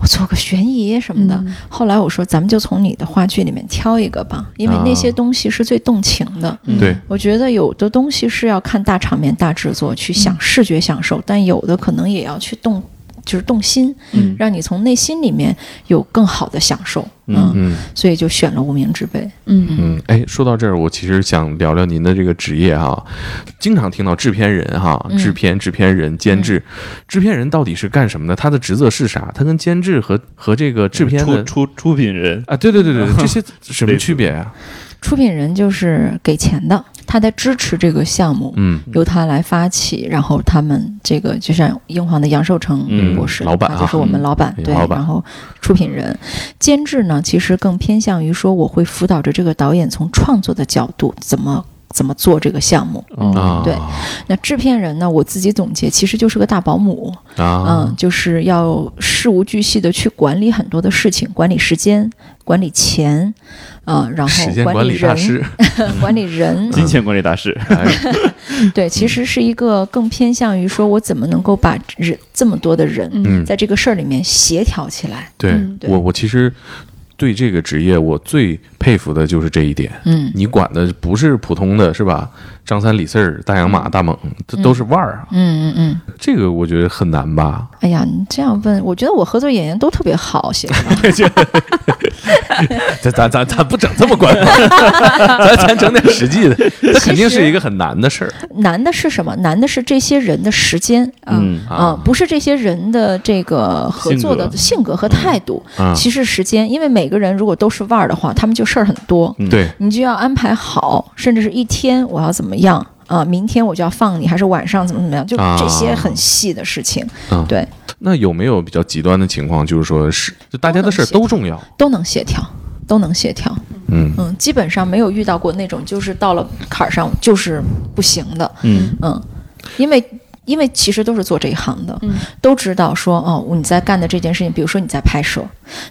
我做个悬疑什么的。
嗯
后来我说，咱们就从你的话剧里面挑一个吧，因为那些
啊
东西是最动情的。
嗯
对，
我觉得有的东西是要看大场面、大制作去
嗯
享视觉享受，但有的可能也要去动，就是动心，
嗯
让你从内心里面有更好的享受。
嗯
嗯
所以就选了无名之辈。
嗯
嗯，哎，说到这儿，我其实想聊聊您的这个职业哈、经常听到制片人哈、
嗯
制片、制片人、监制，制片人到底是干什么的？他的职责是啥？他跟监制和和这个制片
出
的
出出品人，
啊，对对对对，对这些什么区别啊？
出品人就是给钱的，他在支持这个项目。
嗯
由他来发起，然后他们这个就像英皇的杨受成
嗯
博士，
老板啊
他就是我们老板，
嗯
对，
老板
然后出品人、监制呢，其实更偏向于说，我会辅导着这个导演从创作的角度怎么怎么做这个项目。
啊，
嗯对那制片人呢，我自己总结其实就是个大保姆，
啊
嗯，，就是要事无巨细的去管理很多的事情，管理时间，管理钱，呃，然后
时间
管
管
理
理大
人，
师，嗯
管理人，
金钱管理大师，
哎
对，其实是一个更偏向于说我怎么能够把人这么多的人
嗯，
在这个事儿里面协调起来，
对
嗯
对
我我其实对这个职业我最佩服的就是这一点。
嗯
你管的不是普通的，是吧？张三、李四儿、大洋马、大猛，这都是腕儿啊。
嗯嗯嗯，
这个我觉得很难吧？
哎呀，你这样问，我觉得我合作演员都特别好，写的。
咱咱咱咱不整这么官方，咱咱整点实际的。这肯定是一个很难的事儿
难的是什么？ 难的是这些人的时间，
嗯
啊、
啊
不是这些人的这个合作的
性格
性格和态度，
啊！
其实时间，因为每个人如果都是腕儿的话，他们就事儿很多，
嗯
对，
你就要安排好，甚至是一天我要怎么样啊、明天我就要放你，还是晚上怎么怎么样，就
啊
这些很细的事情，
啊
对，
那有没有比较极端的情况，就是说是就大家的事儿都重要？
都能协调，都能协调，
嗯
嗯，基本上没有遇到过那种就是到了坎儿上就是不行的，
嗯
嗯，因为因为其实都是做这一行的，
嗯
都知道说哦，你在干的这件事情，比如说你在拍摄，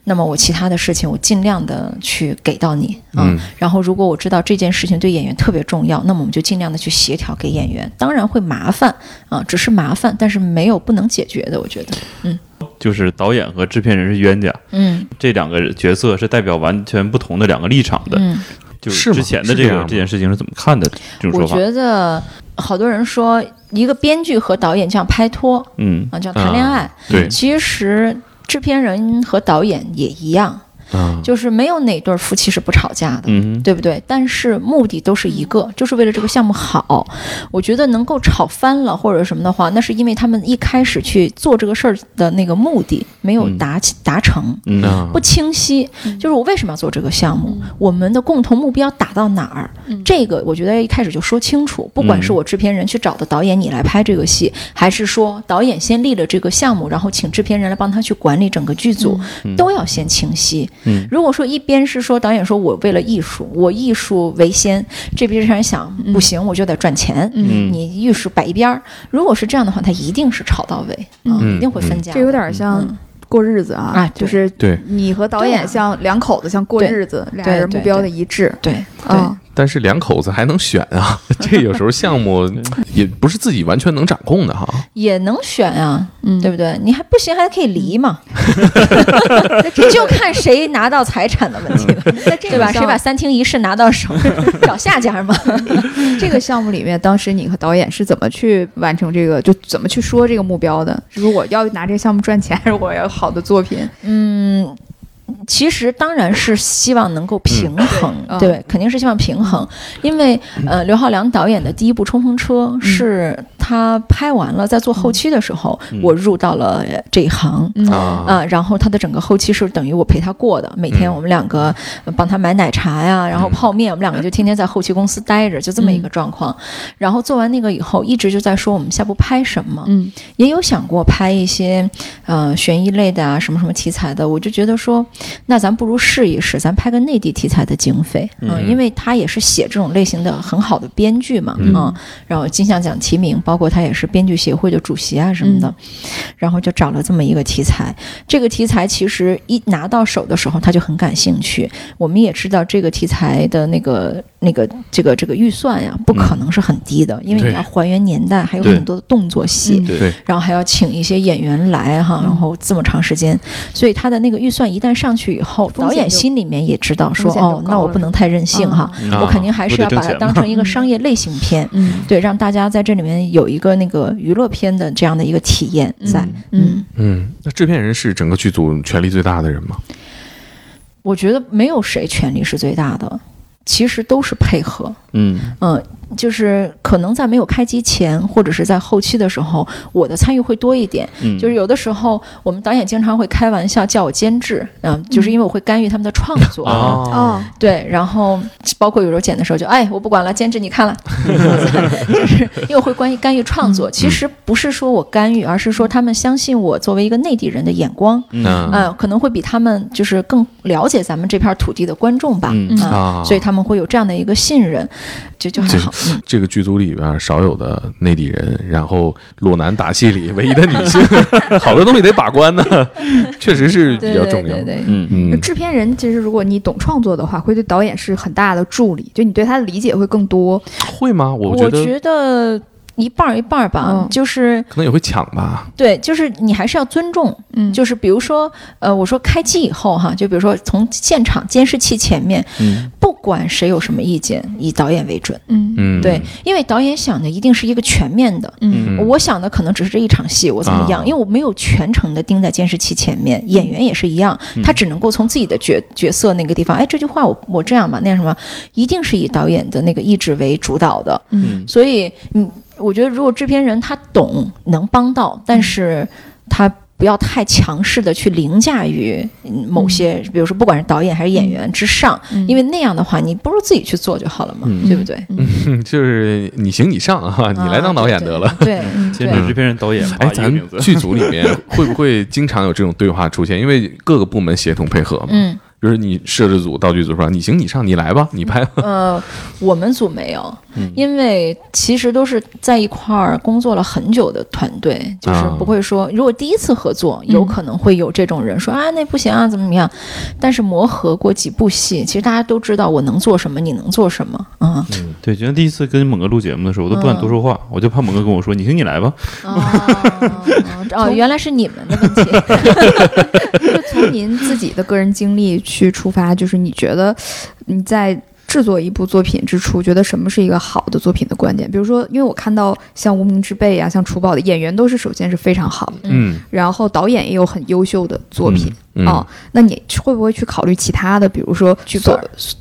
那么我其他的事情我尽量的去给到你，啊
嗯
然后如果我知道这件事情对演员特别重要，那么我们就尽量的去协调给演员，当然会麻烦啊，只是麻烦，但是没有不能解决的，我觉得，
就是导演和制片人是冤家，
嗯
这两个角色是代表完全不同的两个立场的。
嗯，
就是
吗
之前的
是
这
这
个
样吗
这件事情是怎么看的？这种
我
说法，
觉得好多人说一个编剧和导演这样拍拖
嗯
啊，这样谈恋爱，
嗯对
其实制片人和导演也一样，
啊，
就是没有哪对夫妻是不吵架的。
嗯
对不对？但是目的都是一个，就是为了这个项目好。我觉得能够吵翻了或者什么的话，那是因为他们一开始去做这个事儿的那个目的没有达起、达成，
嗯啊
不清晰。就是我为什么要做这个项目？我们的共同目标打到哪儿？这个我觉得一开始就说清楚。不
嗯
管是我制片人去找的导演你来拍这个戏，还是说导演先立了这个项目，然后请制片人来帮他去管理整个剧组，都要先清晰。
嗯
如果说一边是说导演说我为了艺术，我艺术为先，这边是想不行，我就得赚钱。
嗯
你艺术摆一边儿，如果是这样的话，他一定是吵到位，啊
嗯
一定会分家的。
这有点像
嗯
过日子啊，
啊对
就是
对
你和导
对啊
演像两口子，像过
对
日子，俩
对
人目
对
标
对
的一致，
对对、
嗯
但是两口子还能选啊， 这有时候项目也不是自己完全能掌控的哈。
也能选啊，
嗯，
对不对？你还不行，还可以离嘛， 就看谁拿到财产的问题了，嗯对吧？谁把三厅一室拿到 手，找下家嘛。
这个项目里面，当时你和导演是怎么去完成这个，就怎么去说这个目标的？是如果要拿这个项目赚钱，还是我要有好的作品？
嗯，其实当然是希望能够平衡，
嗯
对，肯定是希望平衡，因为呃，刘浩良导演的第一部《冲锋车》是他拍完了，在做后期的时候，
嗯
我入到了这一行。
嗯
啊
啊、然后他的整个后期是等于我陪他过的，每天
嗯
我们两个呃帮他买奶茶呀，然后泡面，我们两个就天天在后期公司待着，就这么一个状况。然后做完那个以后，一直就在说我们下步拍什么，
嗯
也有想过拍一些呃悬疑类的啊，什么什么题材的，我就觉得说，那咱不如试一试，咱拍个内地题材的警匪，嗯，
嗯
因为他也是写这种类型的很好的编剧嘛，嗯，然后金像奖提名，包括他也是编剧协会的主席啊什么的，然后就找了这么一个题材。这个题材其实一拿到手的时候，他就很感兴趣。我们也知道这个题材的那个那个这个这个预算呀，不可能是很低的，因为
对
你要还原年代，还有
对
很多的动作戏。
嗯
对
对
然后还要请一些演员来哈，然后这么长时间，所以他的那个预算一旦上去以后，
风险
导演
就
心里面也知道
风
说
险就
哦，
高
那我
了
不能太任性哈，
啊
我肯定还是要把它当成一个商业类型片，
嗯
对，让大家在这里面有一个那个娱乐片的这样的一个体验在。
嗯，
嗯，那制片人是整个剧组权力最大的人吗？
我觉得没有谁权力是最大的，其实都是配合。
嗯
嗯，就是可能在没有开机前，或者是在后期的时候，我的参与会多一点。
嗯，
就是有的时候，我们导演经常会开玩笑叫我监制，嗯、就是因为我会干预他们的创作。
啊
哦，
对，然后包括有时候剪的时候就，哎，我不管了，监制你 看了，就是因为我会关于干预创
嗯
作，其实不是说我干预，而是说他们相信我作为一个内地人的眼光，
嗯
嗯、可能会比他们就是更了解咱们这片土地的观众吧，
嗯
啊
啊
所以他们会有这样的一个信任，就就还好，嗯，
这个剧组里边少有的内地人，然后裸男打戏里唯一的女性， 好多东西得把关呢， 确实是比
对
较
对
重要
对。对，
嗯嗯
嗯，
制片人其实如果你懂创作的话，会对导演是很大的助力，就你对他的理解会更多。
会吗？我
我
觉得
得一半儿一半儿吧，
嗯
就是
可能也会抢吧。
对，就是你还是要尊重
嗯
就是比如说，呃，我说开机以后哈，就比如说从现场监视器前面，
嗯
不管谁有什么意见，以导演为准。
嗯
嗯，
对，因为导演想的一定是一个全面的。
嗯
嗯
我想的可能只是这一场戏我怎么样，
啊
因为我没有全程的盯在监视器前面，演员也是一样，
嗯
他只能够从自己的角角色那个地方，哎，这句话我我这样吧，那样什么，一定是以导演的那个意志为主导的。
嗯
所以，嗯，我觉得如果制片人他懂，能帮到，但是他不要太强势的去凌驾于嗯某些，比如说不管是导演还是演员之上，
嗯
因为那样的话，你不如自己去做就好了嘛，
嗯
对不对？
嗯就是你行你上啊，你来当导演得了。
啊。对
嗯
对
监
对
制、制片人、导演，
哎，
哇一个
咱
名字
剧组里 面会不会经常有这种对话出现？因为各个部门协同配合嘛。
嗯
比如你摄制组、道具组说你行你上，你来吧，你拍吧。
呃，我们组没有，因为其实都是在一块儿工作了很久的团队，就是
啊
不会说，如果第一次合作，有
嗯
可能会有这种人说、啊，那不行啊，怎么怎么样。但是磨合过几部戏，其实大家都知道我能做什么，你能做什么啊。
嗯
对，就像第一次跟猛哥录节目的时候，我都不敢多说
嗯
话，我就怕猛哥跟我说：“你行，你来吧。
哦，哦原来是你们的问题。
就从您自己的个人经历去出发，就是你觉得你在制作一部作品之初，觉得什么是一个好的作品的关键？比如说，因为我看到像《无名之辈》啊，像《楚宝》的演员都是首先是非常好的，
嗯
然后导演也有很优秀的作品，
嗯
哦，那你会不会去考虑其他的，比如说去做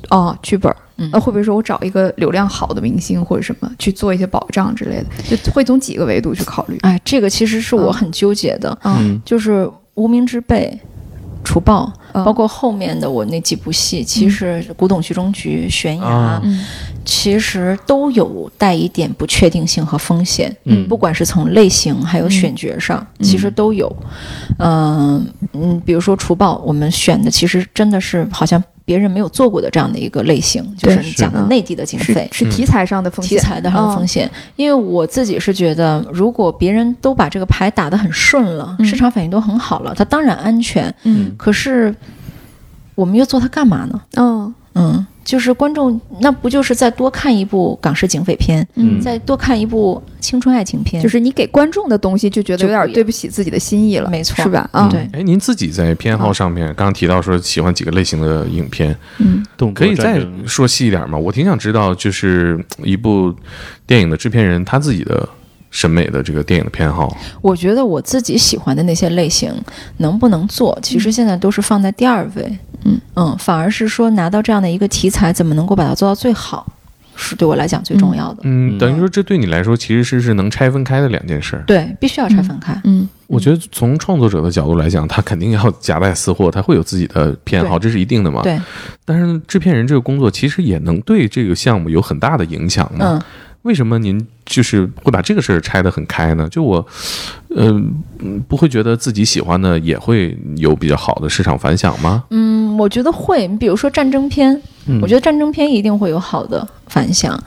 哦剧本儿？
嗯
那会不会说我找一个流量好的明星或者什么去做一些保障之类的？就会从几个维度去考虑。
哎，这个其实是我
嗯
很纠结的，
嗯，
就是《无名之辈》《除暴》，
嗯
包括后面的我那几部戏，其实《古董局中局》《悬崖》
啊
嗯
其实都有带一点不确定性和风险，
嗯
不管是从类型还有选角上，其实都有。嗯嗯，比如说《除暴》，我们选的其实真的是好像别人没有做过的这样的一个类型，就
对
是你讲的
是
内地的经
是
费。
是题材上的风
题
险，嗯
材的上的风
险，
险，因为我自己是觉得，如果别人都把这个牌打得很顺了，
嗯
市场反应都很好了，它当然安全。
嗯
可是我们又做它干嘛呢？
嗯
嗯，就是观众那不就是再多看一部港式警匪片，
嗯，
再多看一部青春爱情片，
就是你给观众的东西就觉得有
就不
点
一样
对不起自己的心意了，
没错
是吧？啊，
对
哎，您自己在偏好上面，刚刚提到说喜欢几个类型的影片，
嗯
动
可
作
以
战
再
争
说细一点吗？我挺想知道，就是一部电影的制片人他自己的审美的这个电影的偏好。
我觉得我自己喜欢的那些类型能不能做，其实现在都是放在第二位。
嗯
反而是说拿到这样的一个题材，怎么能够把它做到最好，是对我来讲最重要的。
嗯，
嗯
等于说这对你来说其实是是能拆分开的两件事儿。
对，必须要拆分开。
嗯
我觉得从创作者的角度来讲，他肯定要夹带私货，他会有自己的偏好，这是一定的嘛。
对，
但是制片人这个工作其实也能对这个项目有很大的影响嘛。
嗯，
为什么您就是会把这个事儿拆得很开呢？就我，呃，嗯不会觉得自己喜欢的也会有比较好的市场反响吗？
嗯，我觉得会。你比如说战争片，
嗯
我觉得战争片一定会有好的反响，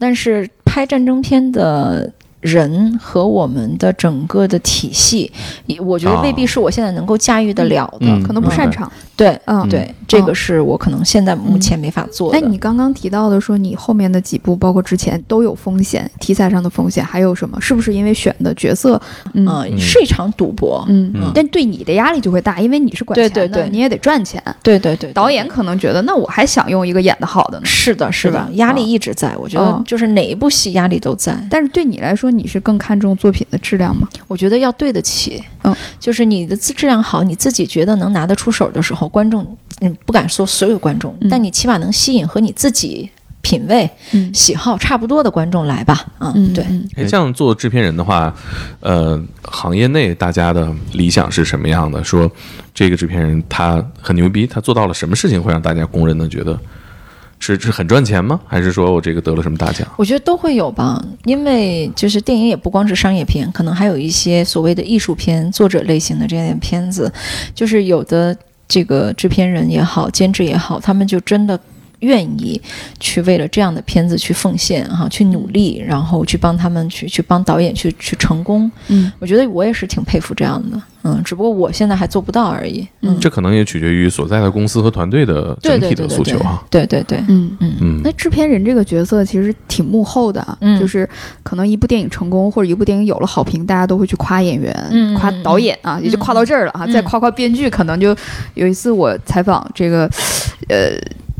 但是拍战争片的。人和我们的整个的体系，也我觉得未必
哦
啊
是我现在能够驾驭得了的，
嗯
可能不
明白
擅长。
对，
嗯，
对，这个是我可能现在目前没法做的。
那你刚刚提到的说你后面的几部，包括之前都有风险，题材上的风险，还有什么？是不是因为选的角色？嗯
呃是一场赌博，
嗯
嗯
但对你的压力就会大，因为你是管钱的，
对对对
你也得赚钱。
对对对，
导演可能觉得，那我还想用一个演的好的呢。
是的，是的
吧，
压
啊
力一直在。我觉得
哦
就是哪一部戏压力都在，
但是对你来说，你是更看重作品的质量吗？
我觉得要对得起。
嗯，
就是你的质量好，你自己觉得能拿得出手的时候，观众，嗯，不敢说所有观众，
嗯
但你起码能吸引和你自己品味、
嗯
喜好差不多的观众来吧。嗯，
嗯，
对，
嗯
哎，这样做制片人的话，呃，行业内大家的理想是什么样的？说这个制片人他很牛逼，他做到了什么事情会让大家公认的觉得是是很赚钱吗？还是说我这个得了什么大奖？
我觉得都会有吧，因为就是电影也不光是商业片，可能还有一些所谓的艺术片、作者类型的这样的片子，就是有的这个制片人也好，监制也好，他们就真的。愿意去为了这样的片子去奉献哈、去努力，然后去帮他们去去帮导演去去成功。
嗯，
我觉得我也是挺佩服这样的，嗯，只不过我现在还做不到而已。嗯，
这可能也取决于所在的公司和团队的
对
整
对
体
对
的
对
诉求啊。
对对对，
嗯。
嗯
那，制片人这个角色其实挺幕后的啊，
嗯
就是可能一部电影成功或者一部电影有了好评，大家都会去夸演员、
嗯
夸导演啊，也就夸到这儿了啊。
嗯
再夸夸编剧，可能就有一次我采访这个呃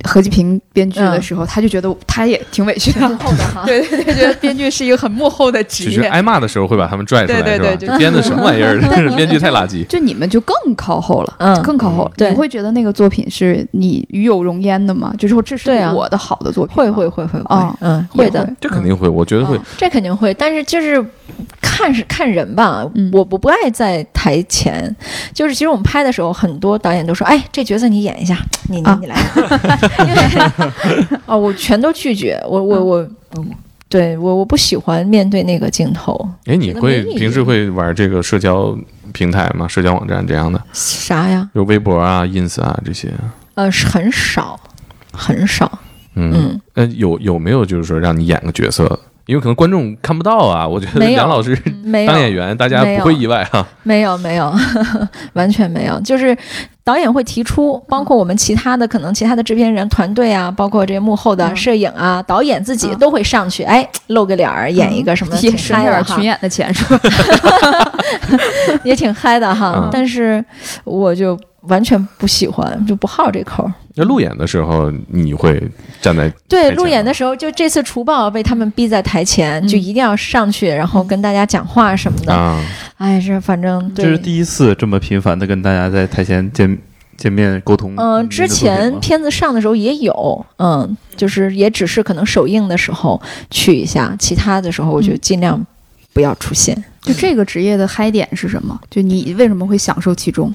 何继平编剧
嗯
的时候，他就觉得他也挺委屈 的，
后的哈，
对对对，觉得编剧是一个很幕后的职
只是
业。
挨骂的时候会把他们拽出来，
对对
是
对
吧？这编的什么玩意儿？
但你
编剧太垃圾。
就你们就更靠后了，
嗯
就更靠后了。
对
你会觉得那个作品是你与有荣焉的吗？就是说这是
对啊
我的好的作品吗，
会会会会会
哦，
嗯，
也
会的
会，啊
这肯定会，我觉得会
嗯，这肯定会，但是就是看是看人吧，
嗯
我我不爱在台前，就是其实我们拍的时候，很多导演都说，哎，这角色你演一下，你你
啊
你来， 因为啊，我全都拒绝，我我我。对我，我不喜欢面对那个镜头，
哎，你
嗯觉
会
得没意义
平时会玩这个社交平台吗？社交网站这样的，
啥呀？
就微博啊、ins 啊这些。
呃，是很少，很少。
嗯，
嗯，
那有有没有就是说让你演个角色？因为可能观众看不到啊。我觉得
没有嗯
梁老师
没有
当演员，大家
没有
不会意外啊哈、
没有没有， 完全没有，就是。导演会提出，包括我们其他的可能其他的制片人团队啊，包括这幕后的
嗯
摄影啊、导演自己
嗯
都会上去，哎，露个脸儿演一个什么，
也
挺
省
嗨
点
的
儿
哈
群，演的钱是吧？
也挺嗨的哈。
嗯
但是我就完全不喜欢，就不好这口儿。
那路演的时候，你会站在
对，
太
路
强
演
了
的时候，就这次除暴被他们逼在台前，就
嗯
一定要上去，然后跟大家讲话什么的。
啊，
哎，这反正
这
对
是第一次这么频繁的跟大家在台前见见面沟通。
嗯、
您的
之
作品
前
吗
片子上的时候也有，嗯，就是也只是可能首映的时候去一下，其他的时候我就
嗯
尽量不要出现。
就这个职业的嗨点是什么？就你为什么会享受其中？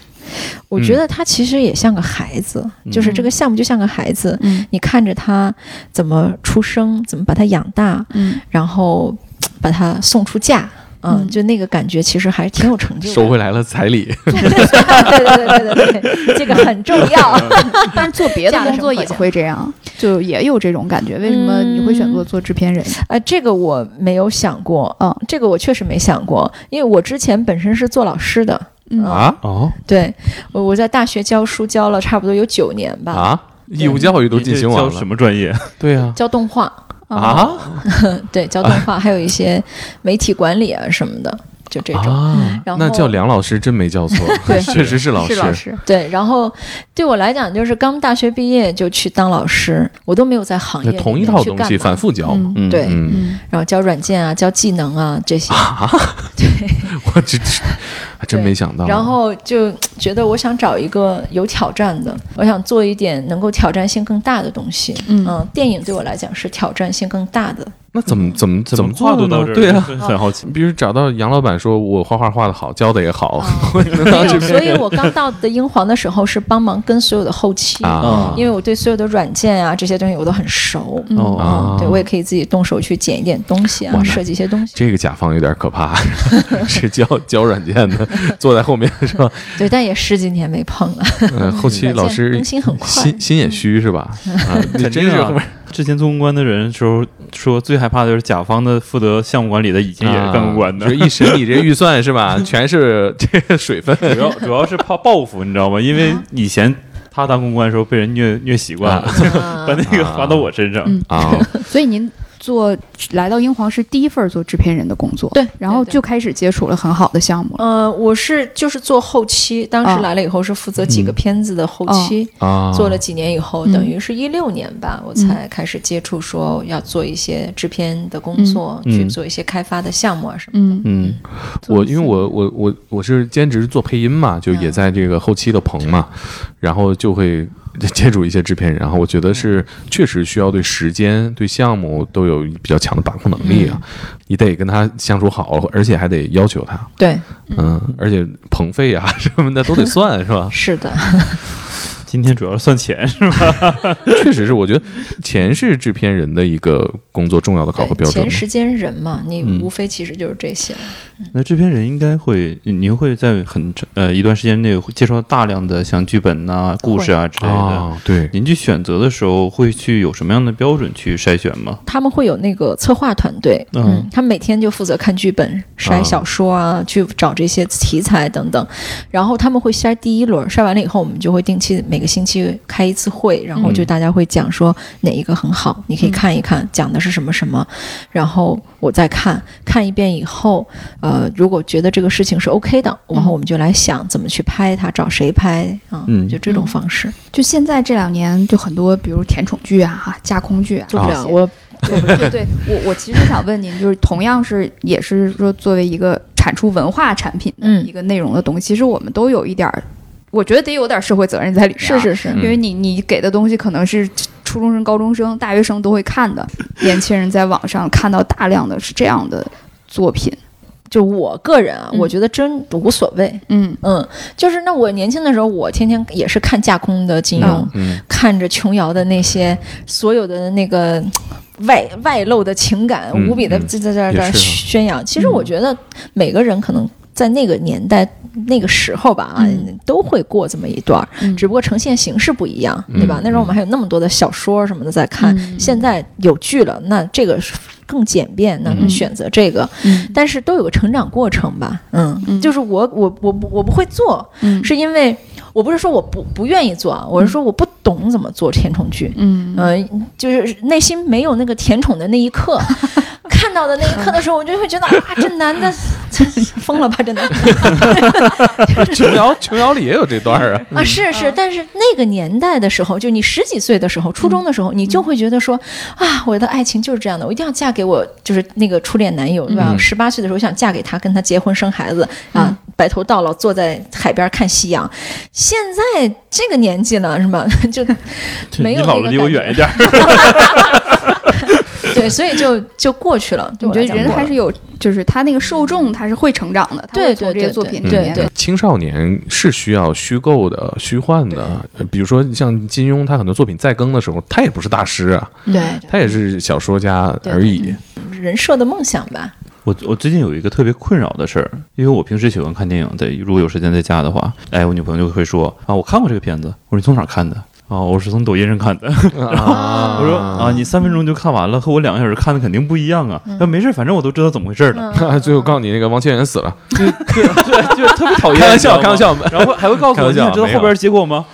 我觉得他其实也像个孩子，就是这个项目就像个孩子，
嗯
你看着他怎么出生，怎么把他养大，
嗯，
然后嘖把他送出嫁。嗯，
嗯
就那个感觉，其实还挺有成就感。
收回来了彩礼，
对对对对对对，这个很重要。
但是做别 的
嫁了
嗯工
什么
作
国
也
家
会这样，就也有这种感觉。为什么你会选择做制片人？
呃，这个我没有想过，
嗯，
这个我确实没想过，因为我之前本身是做老师的，
嗯
啊
哦，
对我我在大学教书教了差不多有九年吧，
啊！义务教育都进行完
你这教
了
什，么专业？
对呀
教动画，
嗯哦
啊
对，教动画，还有一些媒体管理啊什么的，就这种。
啊
然！后
那叫梁老师真没叫错，
对
确实是老
是
师。
老师，
对，然后对我来讲，就是刚大学毕业就去当老师，我都没有在行业
那
里
同一
面
套
去
东
干
西
嘛
反复教嘛，
嗯
对
嗯，
嗯，
然后教软件啊，教技能啊这些，
我这这还真没想到。
然后就觉得我想找一个有挑战的，我想做一点能够挑战性更大的东西。
嗯
电影对我来讲是挑战性更大的。
那怎么怎么
怎
么
么
做
跨
的
度到
呢
这儿？
对啊，
很 很好奇。
比如找到杨老板说，我画画画的好，教的哦也好
啊 没有，所以我刚到的英皇的时候是帮忙跟所有的后期，
嗯
啊
因为我对所有的软件啊这些东西我都很熟。
嗯
哦
啊！
对，我也可以自己动手去剪一点东西
哇
啊，
那
设计一些东西。
这个甲方有点可怕， 是教教软件的，坐在后面是吧？
对，但也十几年没碰了。
呃，后期老
软件
师
更新很快
心心也虚是吧？啊，你
肯
真
定
是
啊
后面
之前做公关的人时候说，最害怕的就是甲方的负责项目管理的，以前也是干公关的
啊就，一审你这预算是吧，全是这个水分。
主要主要是怕报复，你知道吗？因为以前他当公关的时候被人虐虐习惯了，
啊
把那个发到我身上。
嗯
啊，
所以您做来到英皇是第一份做制片人的工作，
对
然后
对对
就开始接触了很好的项目了。
呃，我是就是做后期，当
哦
时来了以后是负责几个
嗯
片子的后期，
啊
做了几年以后，
嗯
等于是一六年吧，我才开始接触说要做一些制片的工作，
嗯
去做一些开发的项目啊什么。
嗯，
嗯
我因为我我我我是兼职做配音嘛，就也在这个后期的棚嘛，然后就会接触一些制片人，然后我觉得是确实需要对时间、对项目都有比较强的把控能力啊，你得跟他相处好，而且还得要求他，
对，
嗯，而且棚费啊什么的都得算，是 吧？
是的，
今天主要是算钱，是吧？
确实是，我觉得钱是制片人的一个工作重要的考核
对
标准
前。时间人嘛，你
嗯
无非其实就是这些。
那制片人应该会，您会在很长呃一段时间内会接触到大量的像剧本呐、故事啊之类的。
啊，对，
您去选择的时候，会去有什么样的标准去筛选吗？
他们会有那个策划团队，
嗯
嗯，他们每天就负责看剧本、筛小说啊，去找这些题材等等。然后他们会筛第一轮，筛完了以后，我们就会定期每个星期开一次会，然后
嗯
就大家会讲说哪一个很好，你可以看一看，讲的是什么什么。然后我再看看一遍以后，呃，如果觉得这个事情是 OK 的，然后我们就来想怎么去拍它，找谁拍啊，
嗯
就这种方式。
就现在这两年，就很多，比如甜宠剧啊、哈架空剧啊，
做不了，
这些
我
对对对，我我其实想问您，就是同样是也是说作为一个产出文化产品的
嗯
一个内容的东西，其实我们都有一点儿，我觉得得有点儿社会责任在里面、啊
是，是是
嗯。
因为你你给的东西可能是初中生、高中生、大学生都会看的，年轻人在网上看到大量的是这样的作品，
就我个人啊，
嗯
我觉得真无所谓。
嗯
嗯，就是那我年轻的时候，我天天也是看架空的金庸，
嗯
嗯，
看着琼瑶的那些所有的那个嗯外外露的情感，
嗯
无比的
嗯
这这这
也是啊
这宣扬。其实我觉得每个人可能在那个年代、那个时候吧，啊
嗯
都会过这么一段儿，
嗯，
只不过呈现形式不一样，
嗯
对吧？那时候我
嗯
们还有那么多的小说什么的在看，
嗯
现在有剧了，那这个是更简便，那
嗯
选择这个。
嗯
但是都有个成长过程吧，嗯，
嗯
就是我我我不我不会做，
嗯
是因为我不是说我不不愿意做啊，我是说我不懂怎么做甜宠剧，
嗯
嗯、就是内心没有那个甜宠的那一刻， 看到的那一刻的时候，我就会觉得啊，这男的疯了吧，这男的
琼瑶琼瑶里也有这段儿啊，
啊，是是，但是那个年代的时候，就你十几岁的时候，初中的时候，你就会觉得说啊，我的爱情就是这样的，我一定要嫁给我就是那个初恋男友，对吧
嗯？
十八岁的时候想嫁给他，跟他结婚生孩子啊
嗯，
把白头到老，坐在海边看夕阳。现在这个年纪了，是吧？ 就没有那
你老了
个
离我
感觉
远一点儿。
对，所以就就过去了。对
我
我
觉
来
得
讲
人还是有，就是他那个受众他是会成长的，他
对
会
对
从这
对
些作
对
品里
对
面
对
青少年是需要虚构的、虚幻的，呃比如说像金庸，他很多作品再更的时候，他也不是大师啊，
对
他也是小说家
对
而 已。
人设的梦想吧。
我我最近有一个特别困扰的事儿，因为我平时喜欢看电影，在如果有时间在家的话，哎，我女朋友就会说啊，我看过这个片子。我说你从哪儿看的？啊，我是从抖音上看的。
啊
我说啊，你三分钟就看完了，和我两个小时看的肯定不一样啊。那、没事，反正我都知道怎么回事了。
最后告诉你那个王千源死了，
对，就特别讨厌。
开玩笑开玩笑
你知道吗。然后还会告诉
开
我，
玩
你
笑
知道
没
后
有
边结果吗？
嗯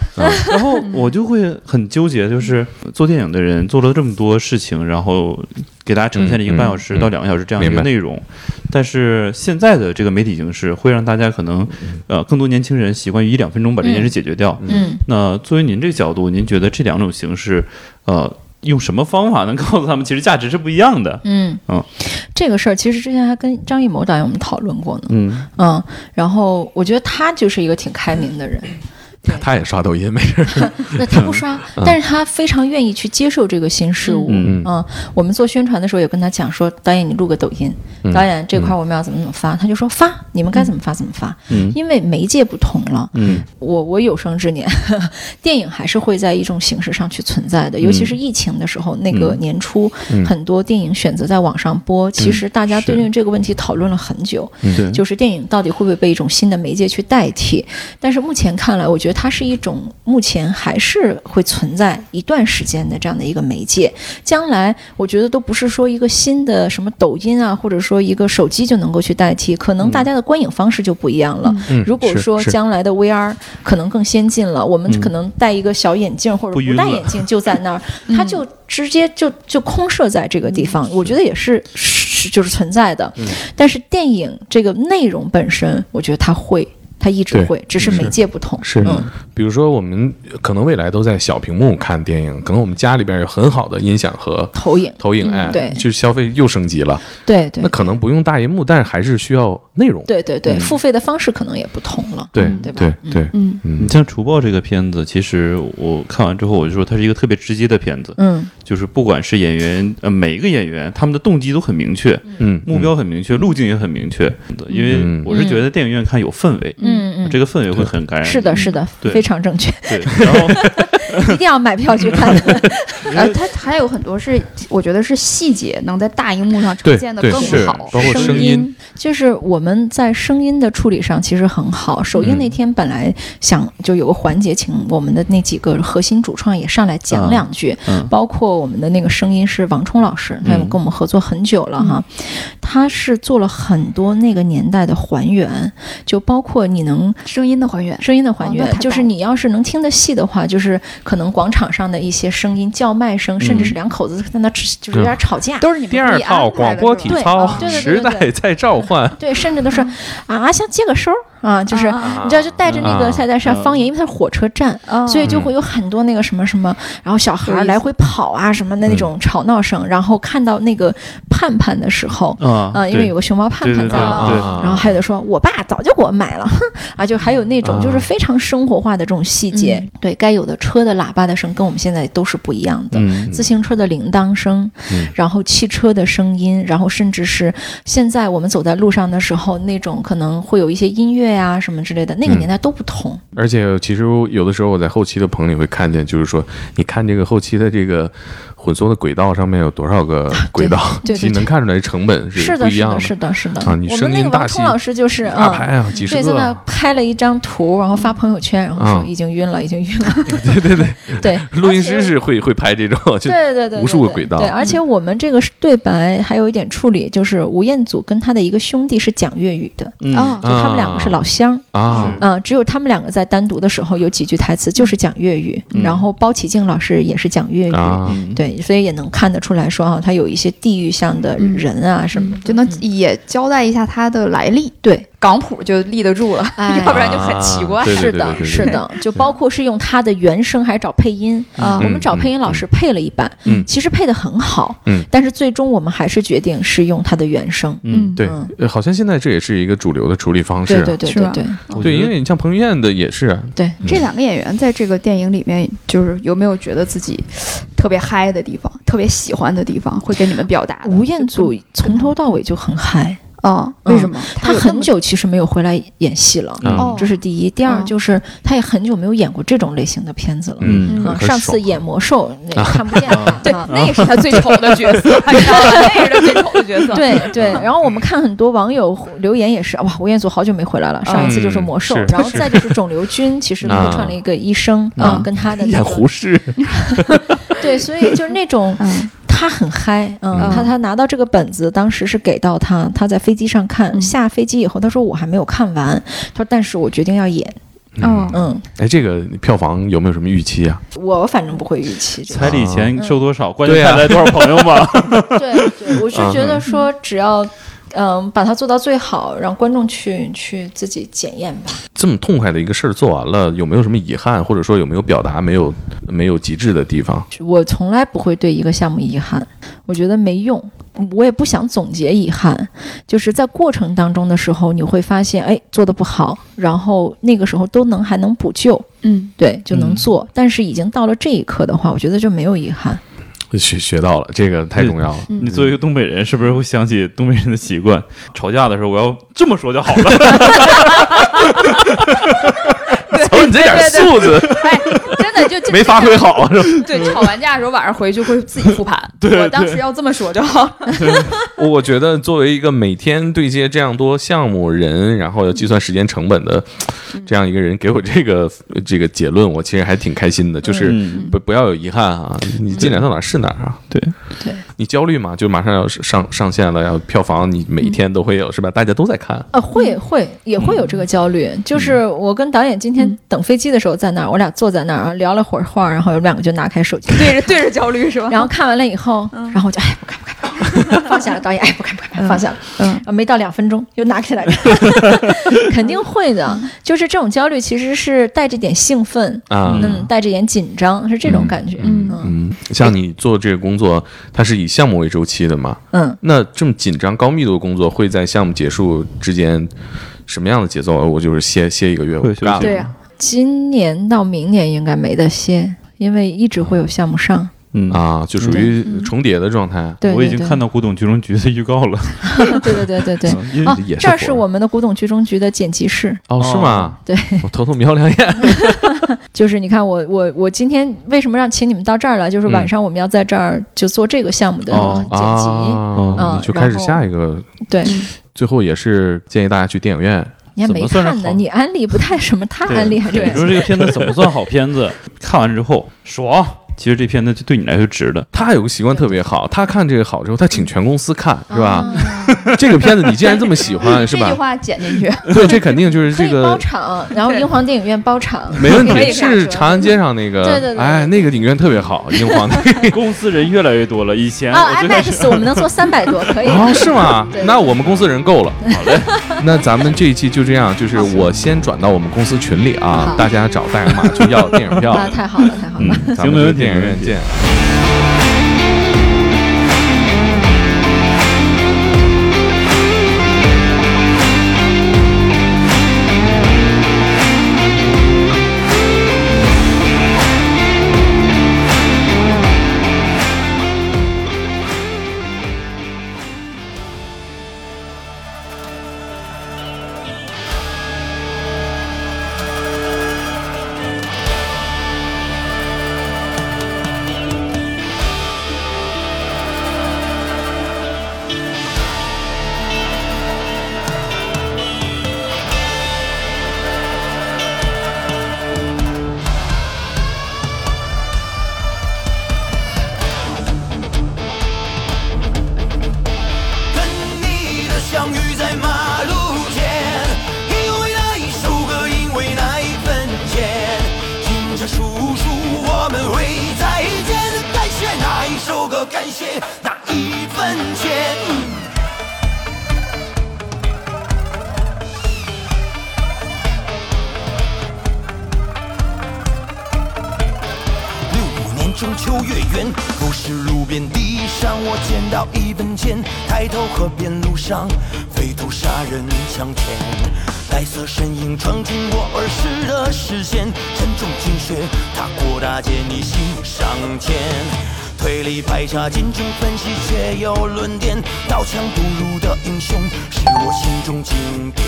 然后我就会很纠结，就是做电影的人做了这么多事情，然后给大家呈现了一个半小时到两个小时这样一
明
个
白
内容。但是现在的这个媒体形式会让大家可能，
嗯
呃，更多年轻人习惯于一两分钟把这件事解决掉。
嗯，
那作为您这个角度，您觉得这两种形式，呃，用什么方法能告诉他们其实价值是不一样的？
嗯
嗯
这个事儿其实之前还跟张艺谋导演我们讨论过呢。
嗯，
嗯，然后我觉得他就是一个挺开明的人，
他也刷抖音没事儿。
那他不刷，但是他非常愿意去接受这个新事物。
嗯
嗯，我们做宣传的时候也跟他讲说，导演你录个抖音，
嗯
导演这块我们要怎么怎么发，他就说发，你们该怎么发怎么发，
嗯
因为媒介不同了。
嗯
我我有生之年，电影还是会在一种形式上去存在的，尤
嗯
其是疫情的时候，那个年初、很多电影选择在网上
嗯
播，其实大家对
是
这个问题讨论了很久，
对，
就是电影到底会不会被一种新的媒介去代替？但是目前看来，我觉得它是一种目前还是会存在一段时间的这样的一个媒介。将来我觉得都不是说一个新的什么抖音啊，或者说一个手机就能够去代替，可能大家的观影方式就不一样了。
嗯
如果
是
说
是
将来的 VR 可能更先进了，我们
嗯
可能戴一个小眼镜或者
不晕
不戴
了嗯
眼镜就在那 儿，它就直接就就空设在这个地方，我觉得也是是就是存在的。
嗯
但是电影这个内容本身，我觉得它会，它一直
对
会，只是媒介不同。
是
嗯，
比如说我们可能未来都在小屏幕看电影，可能我们家里边有很好的音响和
投影，
投影，哎，
嗯对
就消费又升级了。
对对
那可能不用大荧幕，但是还是需要内容。
对对
嗯
对，付费的方式可能也不同了。嗯对吧
对对，
嗯
你像《除暴》这个片子，其实我看完之后，我就说它是一个特别直接的片子，
嗯
就是不管是演员，呃，每一个演员他们的动机都很明确，
嗯，
目标很明确，路径也很明确。因为我是觉得电影院看有氛围，
嗯嗯，
这个氛围会很感染。
是的，是的，
对
非常正确，
对。然后，
一定要买票去看。
呃，它还有很多是，我觉得是细节能在大荧幕上呈
对
现的
对
更
是
好，
包括声音
音，
就是我们在声音的处理上其实很好。首映那天本来想就有个环节，请我们的那几个核心主创也上来讲两句，
嗯
包括我们的那个声音是王冲老师，他跟我们合作很久了哈，他是做了很多那个年代的还原，就包括你能
声音的还原。
声音的还原，
哦那太棒
就是你要是能听得细的话，就是可能广场上的一些声音、叫卖声，甚至是两口子在那吃就是有点吵架。
都是你们
第二
故意安排
套
的
广播
是
体
吧
对
操
哦对对对
时代在召唤，
对，甚至都是啊，像接个收儿啊，就是、
啊啊
你知道，就带着那
啊
个在在上
啊
方言，因为它是火车站，
啊
所以就会有很多那个什么什么，然后小孩
有意
儿
思
来回跑啊什么
嗯
的那种吵闹声，然后看到那个盼盼的时候，
啊
啊，因为有个熊猫盼
对对
盼
对
在
对
那儿。
对啊
然后还有的说，我爸早就给我买了， 哼啊，就还有那种
啊
就是非常生活化的这种细节，
嗯
对该有的车的喇叭的声跟我们现在都是不一样的，
嗯
自行车的铃铛声，
嗯
然后汽车的声音，然后甚至是现在我们走在路上的时候，那种可能会有一些音乐呀、什么之类的，那个年代都不同。
而且其实有的时候我在后期的棚里会看见，就是说，你看这个后期的这个混缩的轨道上面有多少个轨道，
对对对
其实能看出来成本
是
不
的，
一
是
样
的，是的，是的。
啊你
我
声
们那
音
个
大
王
气
冲老师就是
大
嗯
牌啊，几十
对，在
个
那
啊，
拍了一张图，然后发朋友圈，然后说
嗯
已经晕了，已经晕了。
对对对，
对，
录音
而且
师是会会拍这种， 就
对对对，
无数个
对
轨道嗯
对，而且我们这个对白还有一点处理，就是吴彦祖跟他的一个兄弟是讲粤语的，
嗯
啊
就他们两个是老乡。
啊，
嗯、只有他们两个在单独的时候有几句台词就是讲粤语，
嗯
然后包启静老师也是讲粤语，
啊，
嗯，
对，所以也能看得出来说啊，
嗯
他有一些地域上的人啊什么的，
嗯就能也交代一下它的来历。
对
港普就立得住了，
哎
要不然就很奇怪。
啊对对
是
对对
的，
对
是的，就包括是用他的原声还是找配音，
嗯
啊
我们找配音老师配了一版，
嗯
其实配的很好，
嗯
但是最终我们还是决定是用他的原声，
嗯，
对
嗯，
呃好像现在这也是一个主流的处理方式
对
啊。
对对
是
对
吧
对
我
对，
觉
因
得
为你像彭于晏的也是啊，
对，
这两个演员在这个电影里面，就是有没有觉得自己特别嗨的地方，特别喜欢的地方，会跟你们表达的？
吴彦祖从头到尾就很嗨，
哦，
嗯
为什么？
他
有
很久其实没有回来演戏了，
嗯
哦
这是第一。第二
嗯
就是他也很久没有演过这种类型的片子了。
嗯，
啊
很
上次
爽
演魔兽 那看不见他，
对
啊，
那也是他最丑的角色，你知道吗？那也是他最丑的角色。
对对，然后我们看很多网友留言也是，哇，吴彦祖好久没回来了，上一次就是
嗯
魔兽，
是
然后再就是肿瘤君，其实客串了一个医生，
啊
嗯，跟他的那
演
个
胡适，
对，所以就是那种
嗯，
他很嗨，嗯
嗯，
他他拿到这个本子，当时是给到他，他在飞机上看，
嗯
下飞机以后，他说我还没有看完，他说但是我决定要演，
哦，
嗯，
哎，这个票房有没有什么预期啊？
我反正不会预期这个，
彩礼
嗯
钱收多少，关
对
键
啊
看来多少朋友嘛。
对对，我是觉得说只要。嗯，把它做到最好，让观众去去自己检验吧。
这么痛快的一个事儿做完了，有没有什么遗憾，或者说有没有表达没有没有极致的地 方？
我从来不会对一个项目遗憾，我觉得没用，我也不想总结遗憾。就是在过程当中的时候，你会发现，哎，做的不好，然后那个时候都能还能补救，
嗯，
对，就能
嗯
做。但是已经到了这一刻的话，我觉得就没有遗憾。
学学到了，这个太重要了。
嗯
你作为一个东北人，是不是会想起东北人的习惯？吵架的时候，我要这么说就好了。
瞅 你这点素质，
哎，真的就
没发挥。好啊！是吧
就 对，吵完架的时候晚上回去会自己复盘。
对
我当时要这么说就好 了。
我觉得作为一个每天对接这样多项目人，然后要计算时间成本的这样一个人，给我这个这个结论，我其实还挺开心的。就是
嗯
不不要有遗憾啊，你进展到哪儿是哪儿啊。
对
对，
你焦虑嘛，就马上要上上线了，然后票房你每天都会有是吧？大家都在看，
啊，会会也会有这个焦虑。就是我跟导演今天等飞机的时候在那儿，我俩坐在那儿聊了会儿话，然后我们两个就拿开手机，
对着对着焦虑是吧？
然后看完了以后，然后我就哎不看不看不看，放下了。导演哎不看不看不看，放下了。
嗯嗯，
啊，没到两分钟又拿起 来看，肯定会的。
嗯
就是这种焦虑其实是带着点兴奋，
啊
嗯，带着点紧张，是这种感觉。
嗯
嗯
嗯，像你做这个工作，它是以项目为周期的嘛？
嗯，
那这么紧张、高密度的工作，会在项目结束之间什么样的节奏啊？我就是歇歇一个月，我
会
不干了
休息
对呀，
啊今年到明年应该没得歇，因为一直会有项目上。
嗯，
啊，就属于
嗯
重叠的状态。
对，
我已
对
经
对
看到古董局中局的预告了。
对对对对对。
嗯因为
啊
也，是
这儿
活
是我们的古董局中局的剪辑室，
哦，是吗？
对，
我偷偷瞄两 眼。
就是你看我我我今天为什么让请你们到这儿来，就是晚
嗯
上我们要在这儿就做这个项目的
哦
剪辑，
啊，
嗯
你就开始
然后
下一个。
对，
最后也是建议大家去电影院。
你还没
怎么算是
看呢，
好
你安利不太什么，他安利还是
对，你啊说这个片子怎么算好片子？ 看完之后爽，其实这片子就对你来说值的。
他有个习惯特别好，他看这个好之后，他请全公司看，是
啊
吧？？
嗯
这个片子你既然这么 喜欢，是
这句
吧？
话剪进去。
对，这肯定就是
可
这
以包
个
场，然后
对
英皇电影院包场，
没问
可以
题，
看
是
是吧
长安街上那个，
对对对
哎，那个影院特别好，英皇 那个
公司人越来越多了，以前
啊
我最开始
，IMAX 我们能坐三百多，可以。
哦，是 吗
对？
那我们公司人够 了。好嘞，那咱们这一期就这样，就是我先转到我们公司群里啊
好，
大家找代码去要电影票，
啊，太 好了，太好了。
咱们
没
就
问题
电影
没问
院
题
见。
跟你的相遇在马路间，因为那一首歌，因为那一份钱，警察叔叔，我们会再见。感谢那一首歌，感谢那一份钱。中秋月圆，不是路边地上我捡到一分钱，抬头河边路上匪徒杀人抢钱，白色身影闯进我儿时的视线，沉重军靴踏过大街，你心上前。推理排查，进行分析，却有论点。刀枪不入的英雄，是我心中经典。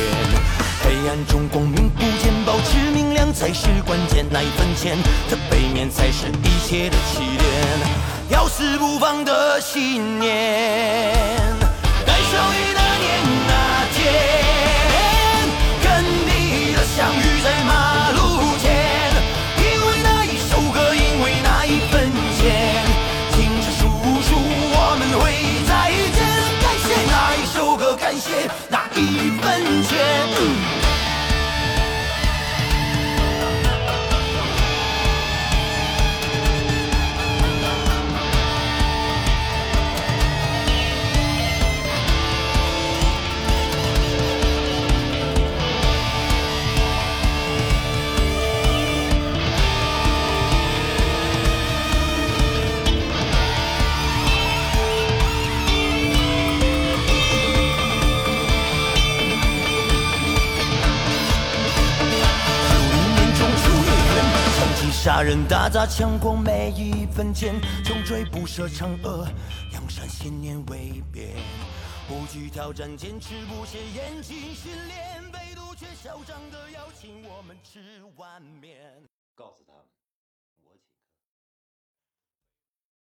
黑暗中光明不见，保持明亮才是关键。那一分钱的背面，才是一切的起点。要死不放的信念，该相遇那年那天，跟你的相遇在马路间，因为那一首歌，因为那一份钱，听着叔叔，我们会再见。感谢那一首歌，感谢那一份钱。嗯一年中秋月圆，枪击杀人，打砸抢光每一分钱，穷追不舍，嫦娥扬善信念未变，不惧挑战，坚持不懈，严谨训练，唯独缺嚣张的邀请我们吃碗面。告诉他们。